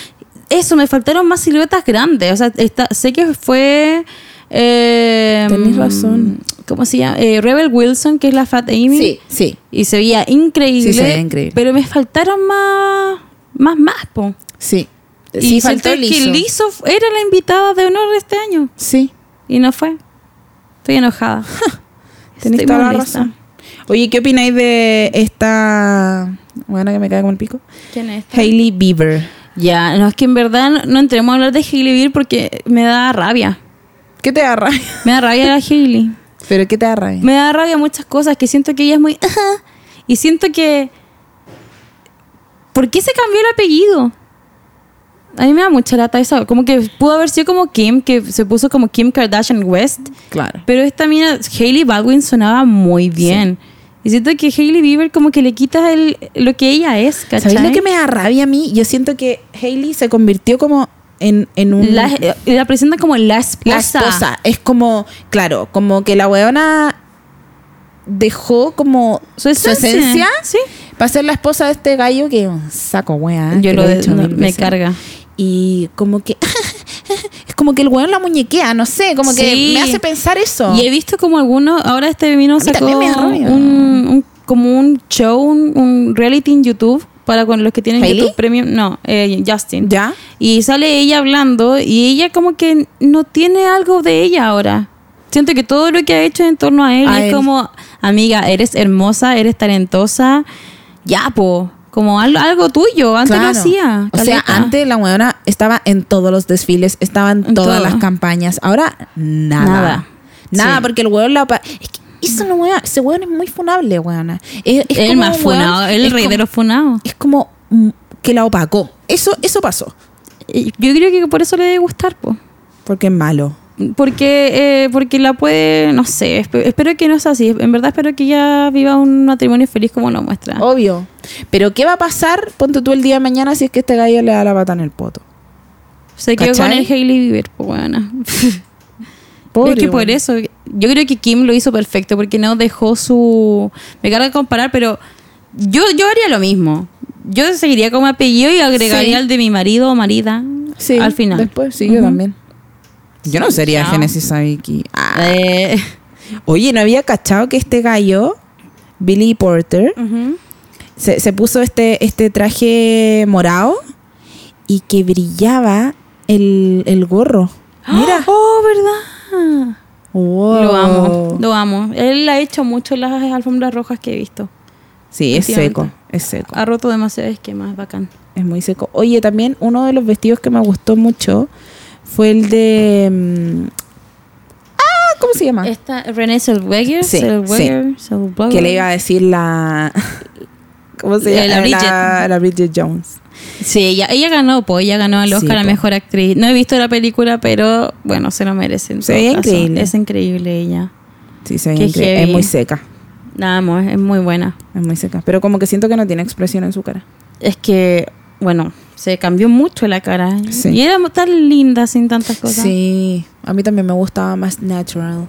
S3: Eso, me faltaron más siluetas grandes. O sea, esta- sé que fue. Eh,
S2: Tenés razón.
S3: ¿Cómo se llama? Eh, Rebel Wilson, que es la Fat Amy.
S2: sí.
S3: Y se veía increíble.
S2: Sí, se veía increíble.
S3: Pero me faltaron más. Más, más, po.
S2: Sí.
S3: y siento que Lizo era la invitada de honor de este año.
S2: Sí.
S3: Y no fue. Estoy enojada.
S2: Tenéis
S3: Estoy
S2: toda la
S3: molesta.
S2: razón. Oye, ¿qué opináis de esta. Bueno, que me cae como el pico.
S3: ¿Quién es?
S2: Hailey Bieber.
S3: Ya, no, es que en verdad no, no entremos a hablar de Hailey Bieber porque me da rabia.
S2: ¿Qué te da rabia?
S3: Me da rabia la Hailey.
S2: ¿Pero qué te da rabia?
S3: Me da rabia muchas cosas que siento que ella es muy... y siento que... ¿Por qué se cambió el apellido? A mí me da mucha lata eso. Como que pudo haber sido como Kim, que se puso como Kim Kardashian West.
S2: Claro.
S3: Pero esta mina, Hailey Baldwin sonaba muy bien. Y siento que Hailey Bieber como que le quita el, lo que ella es, ¿cachai?
S2: ¿Sabéis lo que me da rabia a mí? Yo siento que Hailey se convirtió como en, en un.
S3: la, eh, la presenta como la esposa.
S2: La esposa. Es como, claro, como que la weona dejó como
S3: Su esencia. Sí.
S2: para ser la esposa de este gallo que es un saco wea.
S3: Yo
S2: que
S3: lo,
S2: he dicho
S3: no,
S2: mil
S3: me
S2: veces.
S3: carga.
S2: Y como que. es como que el weón la muñequea, no sé, como
S3: Sí.
S2: que me hace pensar eso.
S3: Y he visto como algunos, ahora este vino
S2: mí
S3: sacó
S2: también me da rabia.
S3: un, un- como un show, un, un reality en YouTube para con los que tienen
S2: ¿Hailey?
S3: YouTube Premium. No, eh, Justin.
S2: ¿Ya?
S3: Y sale ella hablando y ella como que no tiene algo de ella ahora. Siento que todo lo que ha hecho en torno a él
S2: A
S3: es
S2: él.
S3: como, amiga, eres hermosa, eres talentosa, ya, po. Como al- algo, tuyo, antes
S2: Claro.
S3: lo hacía.
S2: O sea,
S3: caleta.
S2: antes la weona estaba en todos los desfiles, estaba en
S3: En
S2: todas
S3: todo.
S2: las campañas. Ahora, nada. Nada,
S3: Nada. Sí.
S2: porque el weón la. pa- Es que eso no, weona, ese weón es muy funable, weona. Es, es
S3: El
S2: como
S3: más
S2: un weón-
S3: funado, el
S2: es
S3: rey
S2: como-
S3: de los funados.
S2: Es como mm, que la opacó. Eso, eso pasó.
S3: Y Yo creo que por eso le debe gustar, po.
S2: Porque es malo.
S3: Porque, eh, porque la puede, no sé, espe- espero que no sea así. En verdad espero que ella viva un matrimonio feliz como lo muestra.
S2: Obvio. Pero ¿qué va a pasar? Ponte tú el día de mañana si es que este gallo le da la pata en el poto.
S3: Se quedó con
S2: ¿cachai?
S3: el Hailey Bieber, po, weona.
S2: Pobre
S3: es que por
S2: weón.
S3: eso, yo creo que Kim lo hizo perfecto porque no dejó su... Me carga comparar, pero yo, yo haría lo mismo. Yo seguiría como apellido y agregaría
S2: Sí.
S3: el de mi marido o marida
S2: Sí,
S3: al final.
S2: Después, sí, yo
S3: Ujú.
S2: también. Yo no sería
S3: Chao.
S2: Genesis Aiki. Ah.
S3: Eh,
S2: Oye, no había cachado que este gallo, Billy Porter,
S3: ujú.
S2: se, se puso este, este traje morado y que brillaba el, el gorro. Mira.
S3: Oh, ¿verdad?
S2: Wow.
S3: Lo
S2: Oh.
S3: amo, lo amo. Él ha hecho mucho en las alfombras rojas que he visto.
S2: Sí, es seco,
S3: Efectivamente.
S2: es seco.
S3: Ha roto demasiados esquemas, bacán.
S2: Es muy seco. Oye, también uno de los vestidos que me gustó mucho fue el de... mm, ah, ¿cómo se llama?
S3: Esta René Zellweger,
S2: Sí,
S3: Zellweger, Zellweger.
S2: Que le iba a decir la... ¿Cómo se
S3: Eh,
S2: llama?
S3: la Bridget.
S2: La, la Bridget Jones.
S3: Sí, ella, ella ganó, pues ella ganó el
S2: Sí,
S3: Oscar a
S2: po.
S3: mejor actriz. No he visto la película, pero bueno, se lo merecen.
S2: Se veía increíble.
S3: Es increíble ella.
S2: Sí, se ve
S3: Qué
S2: increíble. Es
S3: heavy.
S2: muy seca.
S3: Nada más, es muy buena.
S2: Es muy seca. Pero como que siento que no tiene expresión en su cara.
S3: Es que, bueno, se cambió mucho la cara.
S2: Sí.
S3: Y era tan linda sin tantas cosas.
S2: Sí. A mí también me gustaba más natural.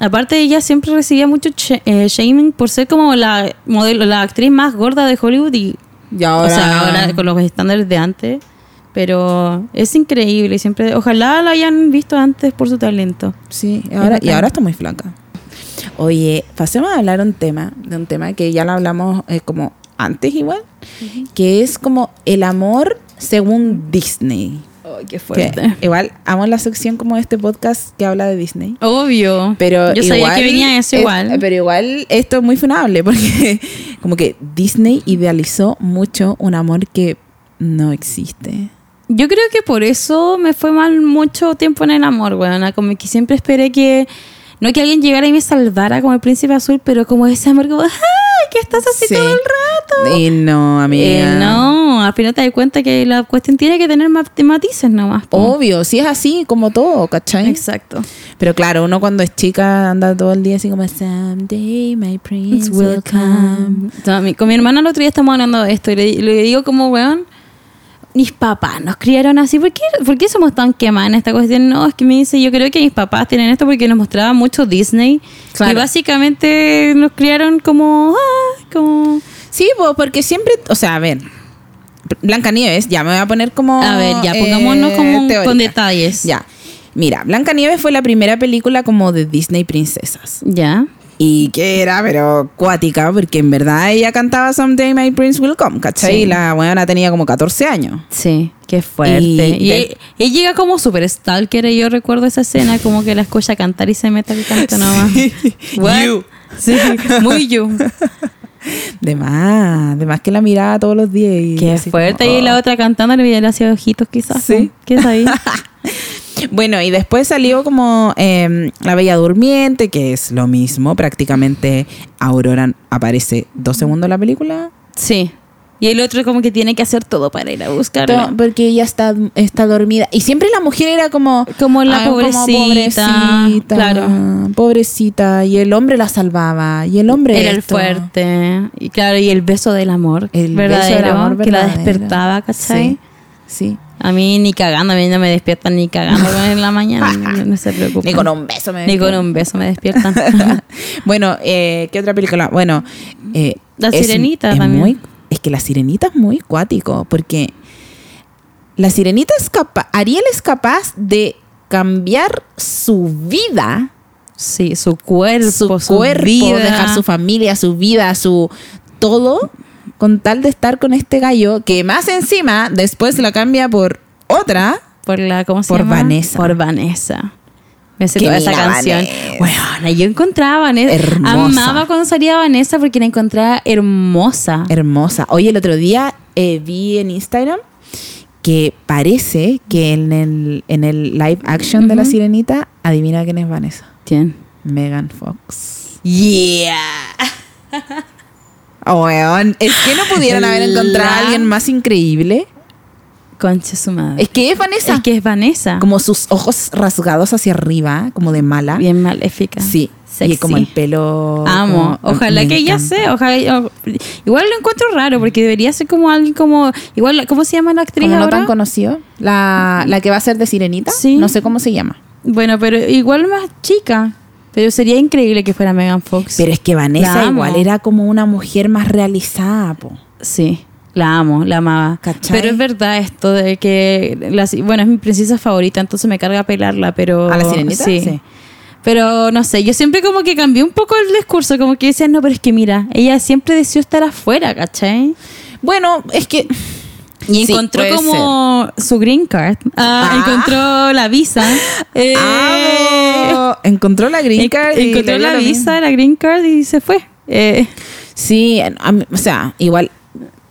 S3: Aparte, ella siempre recibía mucho sh- eh, shaming por ser como la modelo, la actriz más gorda de Hollywood y
S2: Y ahora...
S3: O sea, ahora con los estándares de antes. Pero es increíble. Siempre, ojalá la hayan visto antes por su talento.
S2: Sí, y ahora, y
S3: bacán.
S2: ahora está muy flaca. Oye, pasemos a hablar un tema, de un tema que ya lo hablamos eh, como antes igual, que es como el amor según Disney.
S3: Ay, qué
S2: Que igual amo la sección como de este podcast que habla de Disney.
S3: Obvio.
S2: Pero
S3: Yo
S2: igual,
S3: sabía que venía eso
S2: es- eh,
S3: igual.
S2: pero igual esto es muy funable porque como que Disney idealizó mucho un amor que no existe.
S3: Yo creo que por eso me fue mal mucho tiempo en el amor, weona. Como que siempre esperé que. No que alguien llegara y me salvara como el príncipe azul, pero como ese amor como. ¡ah! ay, que estás así
S2: Sí.
S3: todo el rato.
S2: Y no, amiga.
S3: Eh, no, al final te das cuenta que la cuestión tiene que tener mat- matices nomás. po.
S2: Obvio, si es así, como todo, ¿cachai?
S3: Exacto.
S2: Pero claro, uno cuando es chica anda todo el día así como Someday my prince will come.
S3: O sea, mi- con mi hermana el otro día estamos hablando de esto y le, le digo como, weón, mis papás nos criaron así. ¿Por qué, por qué somos tan quemados en esta cuestión? No, es que me dice, yo creo que mis papás tienen esto porque nos mostraba mucho Disney.
S2: Claro.
S3: Y básicamente nos criaron como, ah, como...
S2: Sí, po, porque siempre, o sea, a ver, Blancanieves, ya me voy a poner como.
S3: A ver, ya pongámonos como un-
S2: teórica.
S3: con detalles.
S2: Oh, eh, Ya. Mira, Blancanieves fue la primera película como de Disney Princesas.
S3: Ya.
S2: Y que era, pero cuática, porque en verdad ella cantaba Someday My Prince Will Come, ¿cachai?
S3: Sí.
S2: Y la buena tenía como 14 años.
S3: Sí, qué fuerte.
S2: Y
S3: Y,
S2: de-
S3: él, él llega como super stalker y yo recuerdo esa escena como que la escucha cantar y se mete al canto nomás. What?
S2: You.
S3: Sí, muy you.
S2: De más, de más que la miraba todos los días. Y
S3: Qué
S2: así
S3: fuerte.
S2: como,
S3: Y la
S2: oh.
S3: otra cantando le le hacía ojitos quizás.
S2: Sí.
S3: Sí. ¿Qué es ahí?
S2: Bueno, y después salió como eh, La Bella Durmiente, que es lo mismo, prácticamente Aurora aparece dos segundos en la película.
S3: sí. Y el otro como que tiene que hacer todo para ir a buscarla.
S2: No, porque ella está, está dormida. Y siempre la mujer era como...
S3: Como la
S2: "Ah,
S3: pobrecita".
S2: pobrecita,
S3: Claro.
S2: Pobrecita. Y el hombre la salvaba. Y el hombre...
S3: Era el
S2: esto.
S3: fuerte. Y claro, y el beso del amor.
S2: El
S3: verdadero,
S2: beso del amor
S3: Que la
S2: verdadero.
S3: despertaba, ¿cachai?
S2: Sí. sí.
S3: A mí ni cagando, a mí no me despiertan ni cagando en la mañana. no, no se preocupen.
S2: Ni con un beso me
S3: Ni con un beso me despiertan.
S2: bueno, eh, ¿qué otra película? Bueno, eh,
S3: La Sirenita
S2: es
S3: también.
S2: muy- es que la sirenita es muy cuático, porque la sirenita es capaz, Ariel es capaz de cambiar su vida,
S3: sí, su cuerpo,
S2: su
S3: su,
S2: cuerpo,
S3: vida.
S2: dejar su familia, su vida, su todo, con tal de estar con este gallo que más encima después la cambia por otra.
S3: Por la, ¿cómo se
S2: Por
S3: llama?
S2: Vanessa.
S3: Por Vanessa. Me sé
S2: Que
S3: toda esa
S2: mira,
S3: canción.
S2: Vanessa.
S3: Bueno, yo encontraba a Vanessa.
S2: Hermosa.
S3: Amaba cuando salía Vanessa porque la encontraba hermosa.
S2: Hermosa. Oye, el otro día eh, vi en Instagram que parece que en el, en el live action de La
S3: Ujú.
S2: Sirenita, adivina quién es Vanessa.
S3: ¿Quién?
S2: Megan Fox.
S3: Yeah.
S2: Oh, weón. Es que no pudieron haber encontrado a
S3: La-
S2: alguien más increíble.
S3: Concha su madre.
S2: Es que es Vanessa.
S3: Es que es Vanessa.
S2: Como sus ojos rasgados hacia arriba, como de mala.
S3: Bien maléfica.
S2: Sí.
S3: Sexy.
S2: Y como el pelo.
S3: Amo.
S2: como-
S3: Ojalá
S2: me
S3: que ella
S2: encanta.
S3: sea. Ojalá, o- igual lo encuentro raro porque debería ser como alguien como. Igual, ¿cómo se llama la actriz
S2: Como no
S3: ahora?
S2: tan conocido. La, la que va a ser de Sirenita.
S3: Sí.
S2: No sé cómo se llama.
S3: bueno, pero igual más chica. Pero sería increíble que fuera Megan Fox.
S2: Pero es que
S3: La
S2: Vanessa
S3: amo.
S2: igual era como una mujer más realizada, po.
S3: Sí, la amo, la amaba.
S2: ¿Cachai?
S3: Pero es verdad esto de que. la si- bueno, es mi princesa favorita, entonces me carga pelarla, pero.
S2: ¿A la sirenita?
S3: Sí.
S2: Sí.
S3: Pero no sé, yo siempre como que cambié un poco el discurso, como que decía, no, pero es que mira, ella siempre deseó estar afuera, ¿cachai?
S2: Bueno, es que.
S3: Y
S2: Sí,
S3: encontró
S2: puede
S3: como su green card, Ah,
S2: Ah.
S3: encontró la visa. Eh,
S2: ¡Amo! Encontró la green
S3: en-
S2: card. y
S3: encontró
S2: le dio
S3: la
S2: lo
S3: visa, la green card y se fue. Eh,
S2: mismo. Sí, a mí- o sea, igual.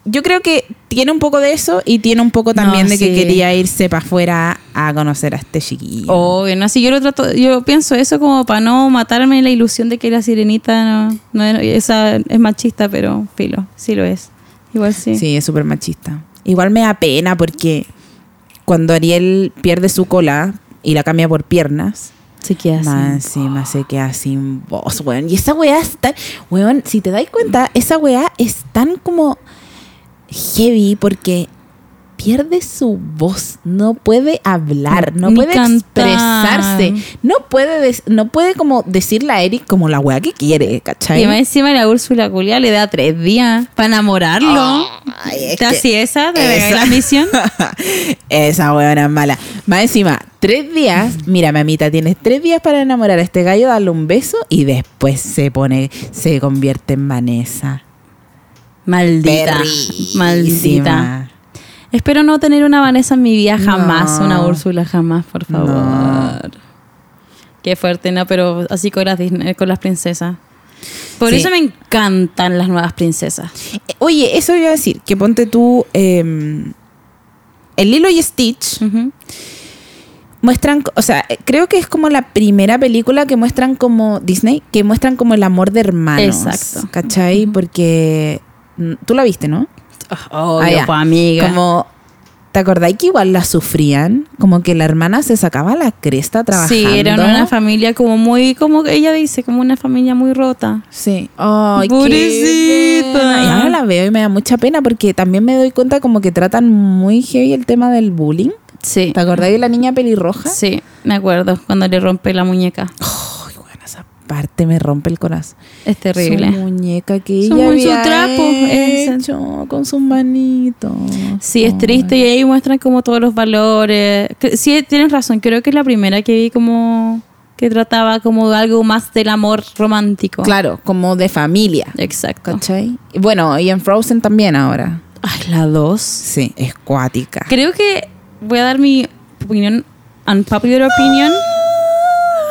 S2: Yo creo que tiene un poco de eso y tiene un poco también
S3: No,
S2: de que
S3: sí.
S2: quería irse para afuera a conocer a este chiquillo.
S3: Obvio, no, si yo lo trato, yo pienso eso como para no matarme la ilusión de que la sirenita no, no era- esa es machista, pero filo, sí lo es. Igual sí.
S2: Sí, es súper machista. Igual me da pena porque cuando Ariel pierde su cola y la cambia por piernas,
S3: Sí que hace.
S2: Más encima se queda sin voz, weón. Y esa weá es tan. Weón, si te das cuenta, esa weá es tan como heavy porque pierde su voz, no puede hablar, no
S3: Ni
S2: puede
S3: cantar.
S2: expresarse, no puede, des- no puede como decirle a Eric como la weá que quiere, ¿cachai?
S3: Y más encima la Úrsula Culia le da tres días para enamorarlo.
S2: Ay, es
S3: ¿Está
S2: que-
S3: así esa de
S2: esa.
S3: la misión?
S2: Esa weona es mala. Más encima, tres días. Mira, mamita, tienes tres días para enamorar a este gallo, darle un beso y después se pone, se convierte en Vanessa.
S3: Maldita.
S2: Perrísima.
S3: Maldita. Espero no tener una Vanessa en mi vida jamás,
S2: No.
S3: una Úrsula jamás, por favor.
S2: No.
S3: Qué fuerte, ¿no? Pero así con las, Disney- con las princesas. Por
S2: Sí.
S3: eso me encantan las nuevas princesas.
S2: Eh, Oye, eso iba a decir, que ponte tú em, el Lilo y Stitch. muestran, o sea, eh, creo que es como la primera película que muestran como Disney, que muestran como el amor de hermanos.
S3: Exacto.
S2: ¿Cachai? Porque mm, tú la viste, ¿no?
S3: Oh,
S2: Ah, ya.
S3: pues, amiga.
S2: Como, ¿te acordáis que igual la sufrían? Como que la hermana se sacaba la cresta trabajando.
S3: Sí, era una familia como muy, como ella dice, como una familia muy rota.
S2: Sí. Ay, qué
S3: Pobrecita.
S2: pena. Y ahora la veo y me da mucha pena porque también me doy cuenta como que tratan muy heavy el tema del bullying.
S3: Sí.
S2: ¿Te acordáis de la niña pelirroja?
S3: Eh, Sí, me acuerdo, cuando le rompe la muñeca.
S2: Ay, bueno, esa parte me rompe el corazón.
S3: Es
S2: Su
S3: terrible.
S2: muñeca que
S3: Su-
S2: ella
S3: su
S2: había
S3: trapo, ese.
S2: hecho con sus manitos.
S3: Sí, es triste y ahí muestran como todos los valores. Cre- Sí, tienes razón, creo que es la primera que vi como que trataba como algo más del amor romántico.
S2: Claro, como de familia.
S3: Exacto.
S2: ¿Cachai? Y Bueno, y en Frozen también ahora.
S3: Ay, la dos.
S2: Sí, es cuática.
S3: Creo que voy a dar mi opinión, unpopular opinion.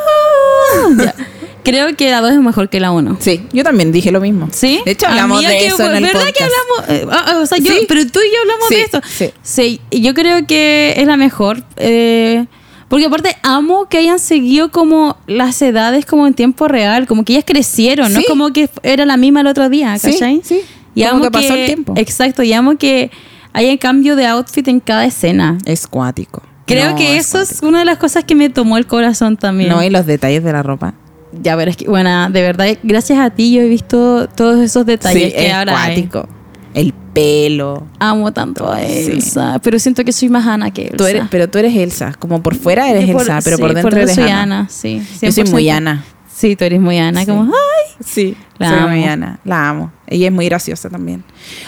S2: Ah.
S3: Ya. Creo que la dos es mejor que la uno.
S2: Sí, yo también dije lo mismo.
S3: ¿Sí?
S2: De hecho, hablamos
S3: Amiga,
S2: de
S3: que-
S2: eso en el
S3: ¿Verdad
S2: podcast.
S3: que hablamos? eh, ah, ah, o sea, yo-
S2: Sí.
S3: pero tú y yo hablamos
S2: Sí,
S3: de esto.
S2: sí.
S3: Sí, yo creo que es la mejor. eh, porque aparte amo que hayan seguido como las edades como en tiempo real, como que ellas crecieron, ¿no?
S2: Sí.
S3: Como que era la misma el otro día,
S2: Sí,
S3: ¿cachai?
S2: sí.
S3: Y
S2: Como
S3: amo
S2: que pasó el tiempo.
S3: Exacto, y amo que haya cambio de outfit en cada escena.
S2: Es cuático.
S3: Creo
S2: No,
S3: que eso
S2: cuático.
S3: es una de las cosas que me tomó el corazón también.
S2: No, y los detalles de la ropa.
S3: Ya, pero es que, bueno, de verdad, gracias a ti yo he visto todos esos detalles
S2: sí,
S3: que
S2: es
S3: ahora eh. hay.
S2: cuático. El pelo.
S3: Amo tanto a
S2: Sí.
S3: Elsa, pero siento que soy más Ana que Elsa.
S2: Tú eres, pero tú eres Elsa. Como por fuera eres
S3: Yo por-
S2: Elsa, pero
S3: sí,
S2: por dentro eres
S3: soy
S2: Ana.
S3: sí.
S2: Yo soy
S3: 100%.
S2: muy Ana.
S3: Sí, tú eres muy Ana,
S2: Sí.
S3: como, "Ah". ¡ay!
S2: Sí,
S3: La
S2: soy
S3: amo.
S2: muy Ana. La amo. Ella es muy graciosa también.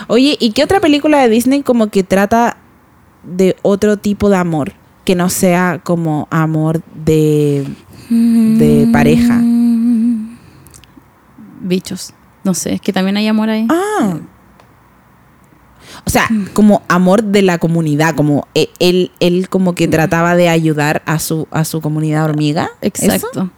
S2: Oye, ¿y qué otra película de Disney como que trata de otro tipo de amor? Que no sea como amor de, de pareja.
S3: Mm. Bichos. No sé, es que también hay amor ahí.
S2: Ah. O sea, como amor de la comunidad, como e- él, él como que trataba de ayudar a su, a su comunidad hormiga. ¿eso?
S3: Exacto.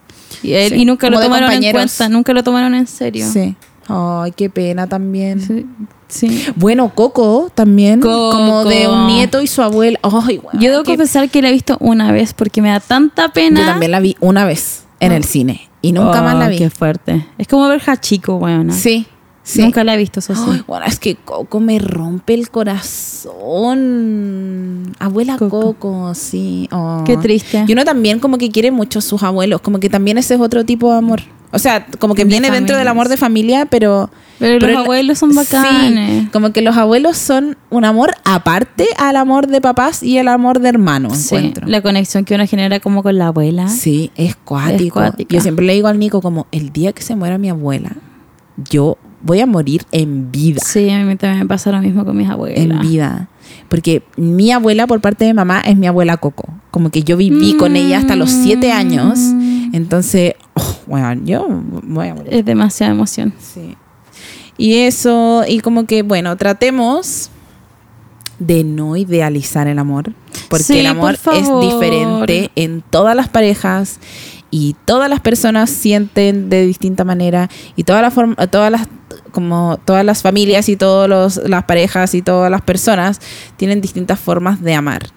S3: Y, él-
S2: Sí.
S3: y nunca
S2: Como
S3: lo
S2: de
S3: tomaron en
S2: compañeros.
S3: cuenta, nunca lo tomaron en serio.
S2: Sí. Ay, qué pena también.
S3: Sí. sí.
S2: Bueno, Coco también,
S3: Coco.
S2: como de un nieto y su abuela. Ay, weón,
S3: Yo debo
S2: qué-
S3: confesar que la he visto una vez porque me da tanta pena.
S2: Yo también la vi una vez en
S3: Ah.
S2: el cine y nunca más la
S3: Oh,
S2: vi.
S3: Qué fuerte. Es como ver Hachiko, weona.
S2: Sí, sí.
S3: Nunca la he visto, eso sí.
S2: Ay, bueno, es que Coco me rompe el corazón. Abuela Coco,
S3: Coco.
S2: sí. Oh.
S3: Qué triste.
S2: Y uno también como que quiere mucho a sus abuelos, como que también ese es otro tipo de amor. O sea, como que
S3: De
S2: viene dentro
S3: familias.
S2: del amor de familia, pero...
S3: Pero los
S2: el-
S3: abuelos son
S2: sí,
S3: bacanes.
S2: como que los abuelos son un amor aparte al amor de papás y el amor de hermanos,
S3: Sí,
S2: encuentro.
S3: la conexión que uno genera como con la abuela.
S2: Sí, es
S3: Es
S2: cuático.
S3: cuática.
S2: Yo siempre le digo al Nico como, el día que se muera mi abuela, yo voy a morir en vida.
S3: Sí, a mí también me pasa lo mismo con mis abuelas.
S2: en vida. Porque mi abuela, por parte de mamá, es mi abuela Coco. Como que yo viví con ella hasta los siete años. Entonces, oh, bueno, yo voy a morir.
S3: Es demasiada emoción.
S2: Sí. Y eso, y como que, bueno, tratemos de no idealizar el amor. Porque
S3: Sí,
S2: el amor
S3: por
S2: es
S3: favor.
S2: diferente en todas las parejas y todas las personas sienten de distinta manera y todas las form- todas las como todas las familias y todas las parejas y todas las personas tienen distintas formas de amar.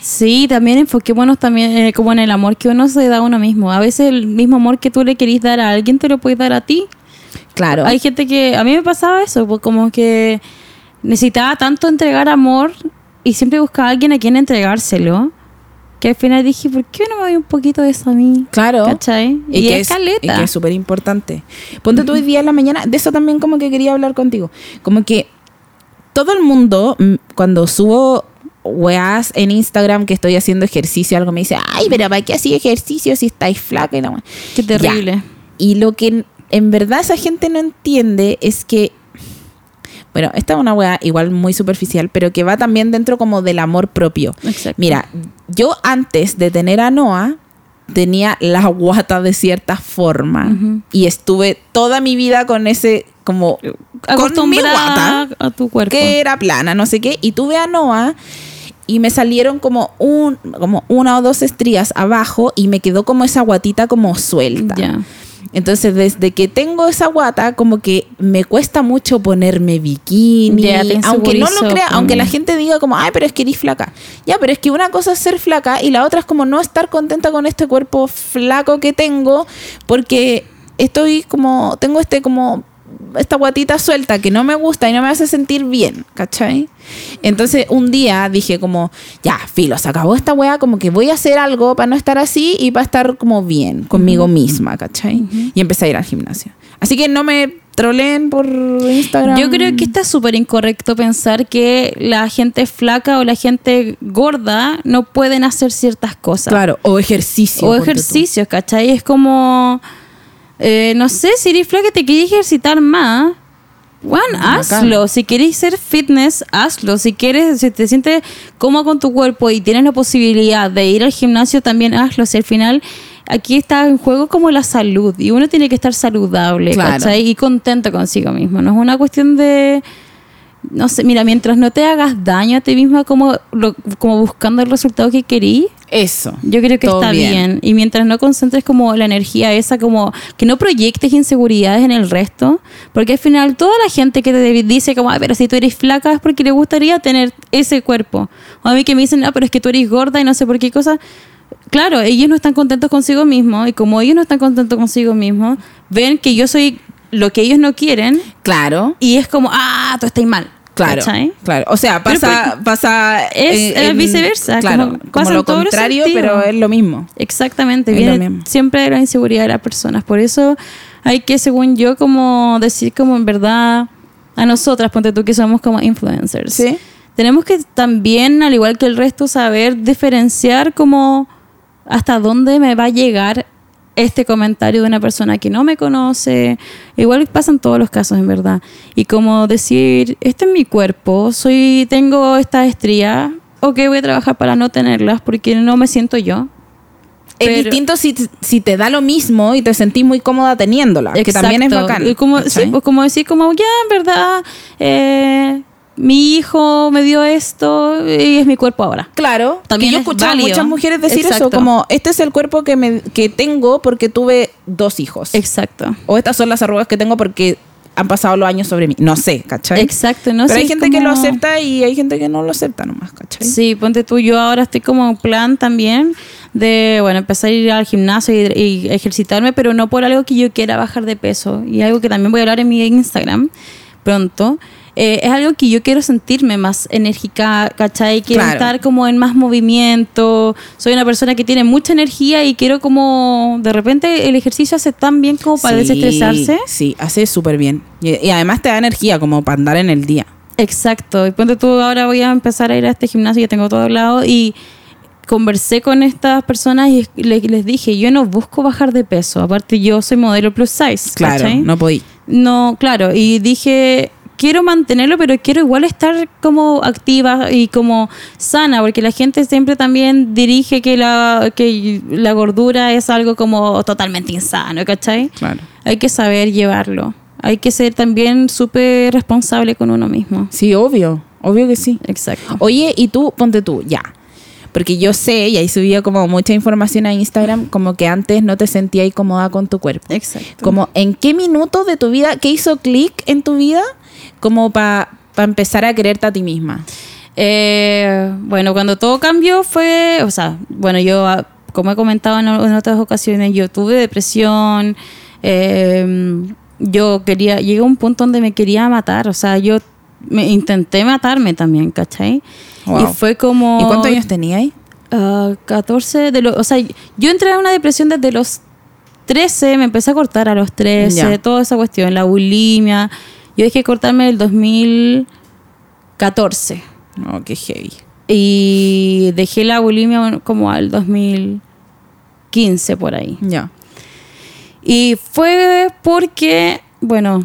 S3: Sí, también enfoquémonos también eh, como en el amor que uno se da a uno mismo. A veces el mismo amor que tú le querís dar a alguien te lo puedes dar a ti.
S2: Claro.
S3: Hay gente que. A mí me pasaba eso, pues como que necesitaba tanto entregar amor y siempre buscaba a alguien a quien entregárselo. Que al final dije, ¿por qué no me doy un poquito de eso a mí?
S2: Claro.
S3: ¿Cachai?
S2: Y, que
S3: es
S2: es, y
S3: caleta.
S2: que es súper importante. Ponte tú hoy día en la mañana, de eso también como que quería hablar contigo. Como que todo el mundo, mm, cuando subo weas en Instagram que estoy haciendo ejercicio, algo me dice, ay, pero ¿para qué así ejercicio si estáis flaca? Y, la wea?"
S3: Qué terrible.
S2: Ya. y lo que en- en verdad esa gente no entiende es que, bueno, esta es una wea igual muy superficial, pero que va también dentro como del amor propio.
S3: Exacto.
S2: Mira, yo antes de tener a Noah tenía la guata de cierta forma
S3: Ujú.
S2: y estuve toda mi vida con ese como con mi
S3: acostumbrada
S2: guata
S3: a tu cuerpo.
S2: que era plana, no sé qué, y tuve a Noah y me salieron como un como una o dos estrías abajo y me quedó como esa guatita como suelta.
S3: Ya.
S2: Entonces, desde que tengo esa guata, como que me cuesta mucho ponerme bikini.
S3: Ya, te
S2: aunque no lo
S3: insegurizó,
S2: crea,
S3: pues.
S2: aunque la gente diga como, ay, pero es que eres flaca. Ya, pero es que una cosa es ser flaca y la otra es como no estar contenta con este cuerpo flaco que tengo porque estoy como, tengo este como esta guatita suelta que no me gusta y no me hace sentir bien, ¿cachai? Entonces un día dije como, ya, filo, se acabó esta wea, como que voy a hacer algo para no estar así y para estar como bien conmigo misma, ¿cachai? Y empecé a ir al gimnasio. Así que no me troleen por Instagram.
S3: Yo creo que está súper incorrecto pensar que la gente flaca o la gente gorda no pueden hacer ciertas cosas.
S2: Claro, o ejercicio.
S3: o
S2: ponte tú.
S3: ejercicios, ¿cachai? Es como, eh, no sé, si eres flaca y te querés ejercitar más, bueno, hazlo. Si querés ser fitness, hazlo. Si quieres, si te sientes cómodo con tu cuerpo y tienes la posibilidad de ir al gimnasio, también hazlo. Si al final aquí está en juego como la salud y uno tiene que estar saludable,
S2: Claro.
S3: ¿cachai? Y contento consigo mismo. No es una cuestión de... No sé, mira, mientras no te hagas daño a ti misma como, lo- como buscando el resultado que querís,
S2: Eso.
S3: yo creo que
S2: Todo
S3: está bien. Y mientras no concentres como la energía esa, como que no proyectes inseguridades en el resto, porque al final toda la gente que te dice como, "Ay, pero si tú eres flaca es porque le gustaría tener ese cuerpo. O a mí que me dicen, ah, pero es que tú eres gorda y no sé por qué cosa. Claro, ellos no están contentos consigo mismos y como ellos no están contentos consigo mismos, ven que yo soy lo que ellos no quieren
S2: Claro.
S3: y es como, ah, tú estás mal.
S2: Claro,
S3: ¿Cachai?
S2: claro. O sea,
S3: Pero
S2: pasa, pasa
S3: es, eh, viceversa,
S2: Claro,
S3: como
S2: como,
S3: pasa en
S2: lo
S3: todos los
S2: contrario,
S3: sentidos.
S2: pero es lo mismo.
S3: Exactamente,
S2: Es lo
S3: viene
S2: mismo.
S3: siempre de la inseguridad de las personas. Por eso hay que, según yo, como decir como en verdad a nosotras, ponte tú que somos como influencers.
S2: Sí.
S3: Tenemos que también, al igual que el resto, saber diferenciar como hasta dónde me va a llegar este comentario de una persona que no me conoce. Igual pasan todos los casos, en verdad. Y como decir, este es mi cuerpo, soy, tengo estas estrías, ok, voy a trabajar para no tenerlas porque no me siento yo.
S2: es
S3: Pero-
S2: distinto si, si te da lo mismo y te sentís muy cómoda teniéndola, que también es
S3: Exacto.
S2: bacán.
S3: Y como, sí,
S2: ¿cachai?
S3: pues como decir, como, ya, en verdad, eh, mi hijo me dio esto y es mi cuerpo ahora.
S2: Claro,
S3: También
S2: que yo
S3: es
S2: escuchaba a
S3: válido.
S2: muchas mujeres decir eso,
S3: Exacto.
S2: como este es el cuerpo que, me, que tengo porque tuve dos hijos.
S3: Exacto.
S2: o estas son las arrugas que tengo porque han pasado los años sobre mí. No sé, ¿cachai?
S3: Exacto, no
S2: pero
S3: sé,
S2: hay
S3: es
S2: gente que lo
S3: como-
S2: acepta y hay gente que no lo acepta nomás, ¿cachai?
S3: Sí, ponte tú, yo ahora estoy como en plan también de, bueno, empezar a ir al gimnasio y, y ejercitarme, pero no por algo que yo quiera bajar de peso. Y algo que también voy a hablar en mi Instagram pronto. eh, es algo que yo quiero sentirme más enérgica, ¿cachai? Quiero
S2: Claro.
S3: estar como en más movimiento. Soy una persona que tiene mucha energía y quiero como, de repente el ejercicio hace tan bien como para
S2: Sí,
S3: desestresarse.
S2: Sí, hace súper bien. Y, y además te da energía como para andar en el día.
S3: Exacto. Y ponte tú, ahora voy a empezar a ir a este gimnasio, ya tengo todo hablado y conversé con estas personas y le- les dije, yo no busco bajar de peso, aparte yo soy modelo plus size.
S2: Claro,
S3: ¿cachai?
S2: no podí.
S3: No, claro. Y dije, quiero mantenerlo, pero quiero igual estar como activa y como sana, porque la gente siempre también dirige que la, que la gordura es algo como totalmente insano, ¿cachai?
S2: Claro.
S3: Hay que saber llevarlo. Hay que ser también súper responsable con uno mismo.
S2: Sí, obvio, obvio que sí.
S3: Exacto.
S2: Oye, y tú, ponte tú, ya. Porque yo sé, y ahí subía como mucha información a Instagram, como que antes no te sentías incómoda con tu cuerpo.
S3: Exacto.
S2: Como, ¿en qué minuto de tu vida, qué hizo clic en tu vida como para empezar a quererte a ti misma?
S3: Eh, bueno, cuando todo cambió fue, o sea, bueno, yo, ah, como he comentado en, o- en otras ocasiones, yo tuve depresión, eh, yo quería, llegué a un punto donde me quería matar, o sea, yo me, intenté matarme también, ¿cachai?
S2: Wow.
S3: Y fue como...
S2: ¿Y cuántos años tenías ahí?
S3: Ah, 14 de los, o sea, yo entré en una depresión desde los 13, me empecé a cortar a los 13,
S2: Ya.
S3: toda esa cuestión, la bulimia. Yo dejé de cortarme en el 2014
S2: No, qué heavy.
S3: y dejé la bulimia bueno, como al 2015 por ahí.
S2: Ya.
S3: Y fue porque, bueno,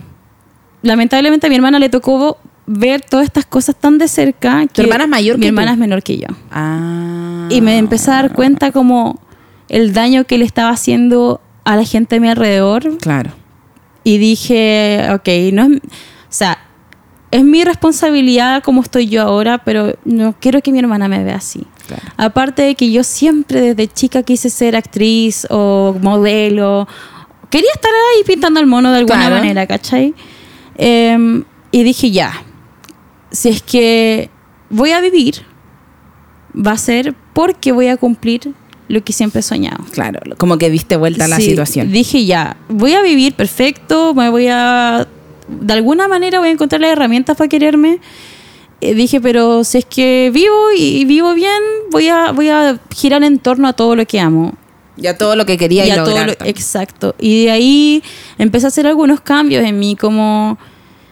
S3: lamentablemente a mi hermana le tocó ver todas estas cosas tan de cerca.
S2: ¿Tu hermana es mayor
S3: Mi
S2: que
S3: hermana
S2: tú?
S3: es menor que yo.
S2: Ah.
S3: Y me empecé a dar cuenta como el daño que le estaba haciendo a la gente de mi alrededor.
S2: Claro.
S3: Y dije, ok, no es... O sea, es mi responsabilidad como estoy yo ahora, pero no quiero que mi hermana me vea así.
S2: Claro.
S3: Aparte de que yo siempre desde chica quise ser actriz o modelo, quería estar ahí pintando al mono de alguna
S2: Claro.
S3: manera, ¿cachai? Em, y dije, ya, si es que voy a vivir, va a ser porque voy a cumplir lo que siempre he soñado.
S2: Claro, como que diste vuelta a la
S3: Sí,
S2: situación.
S3: Dije ya, voy a vivir perfecto, me voy a. De alguna manera voy a encontrar las herramientas para quererme. Eh, dije, pero si es que vivo y, y vivo bien, voy a, voy a girar en torno a todo lo que amo.
S2: Ya todo lo que quería y,
S3: a todo
S2: lograr
S3: lo-
S2: también.
S3: Exacto. Y de ahí empecé a hacer algunos cambios en mí, como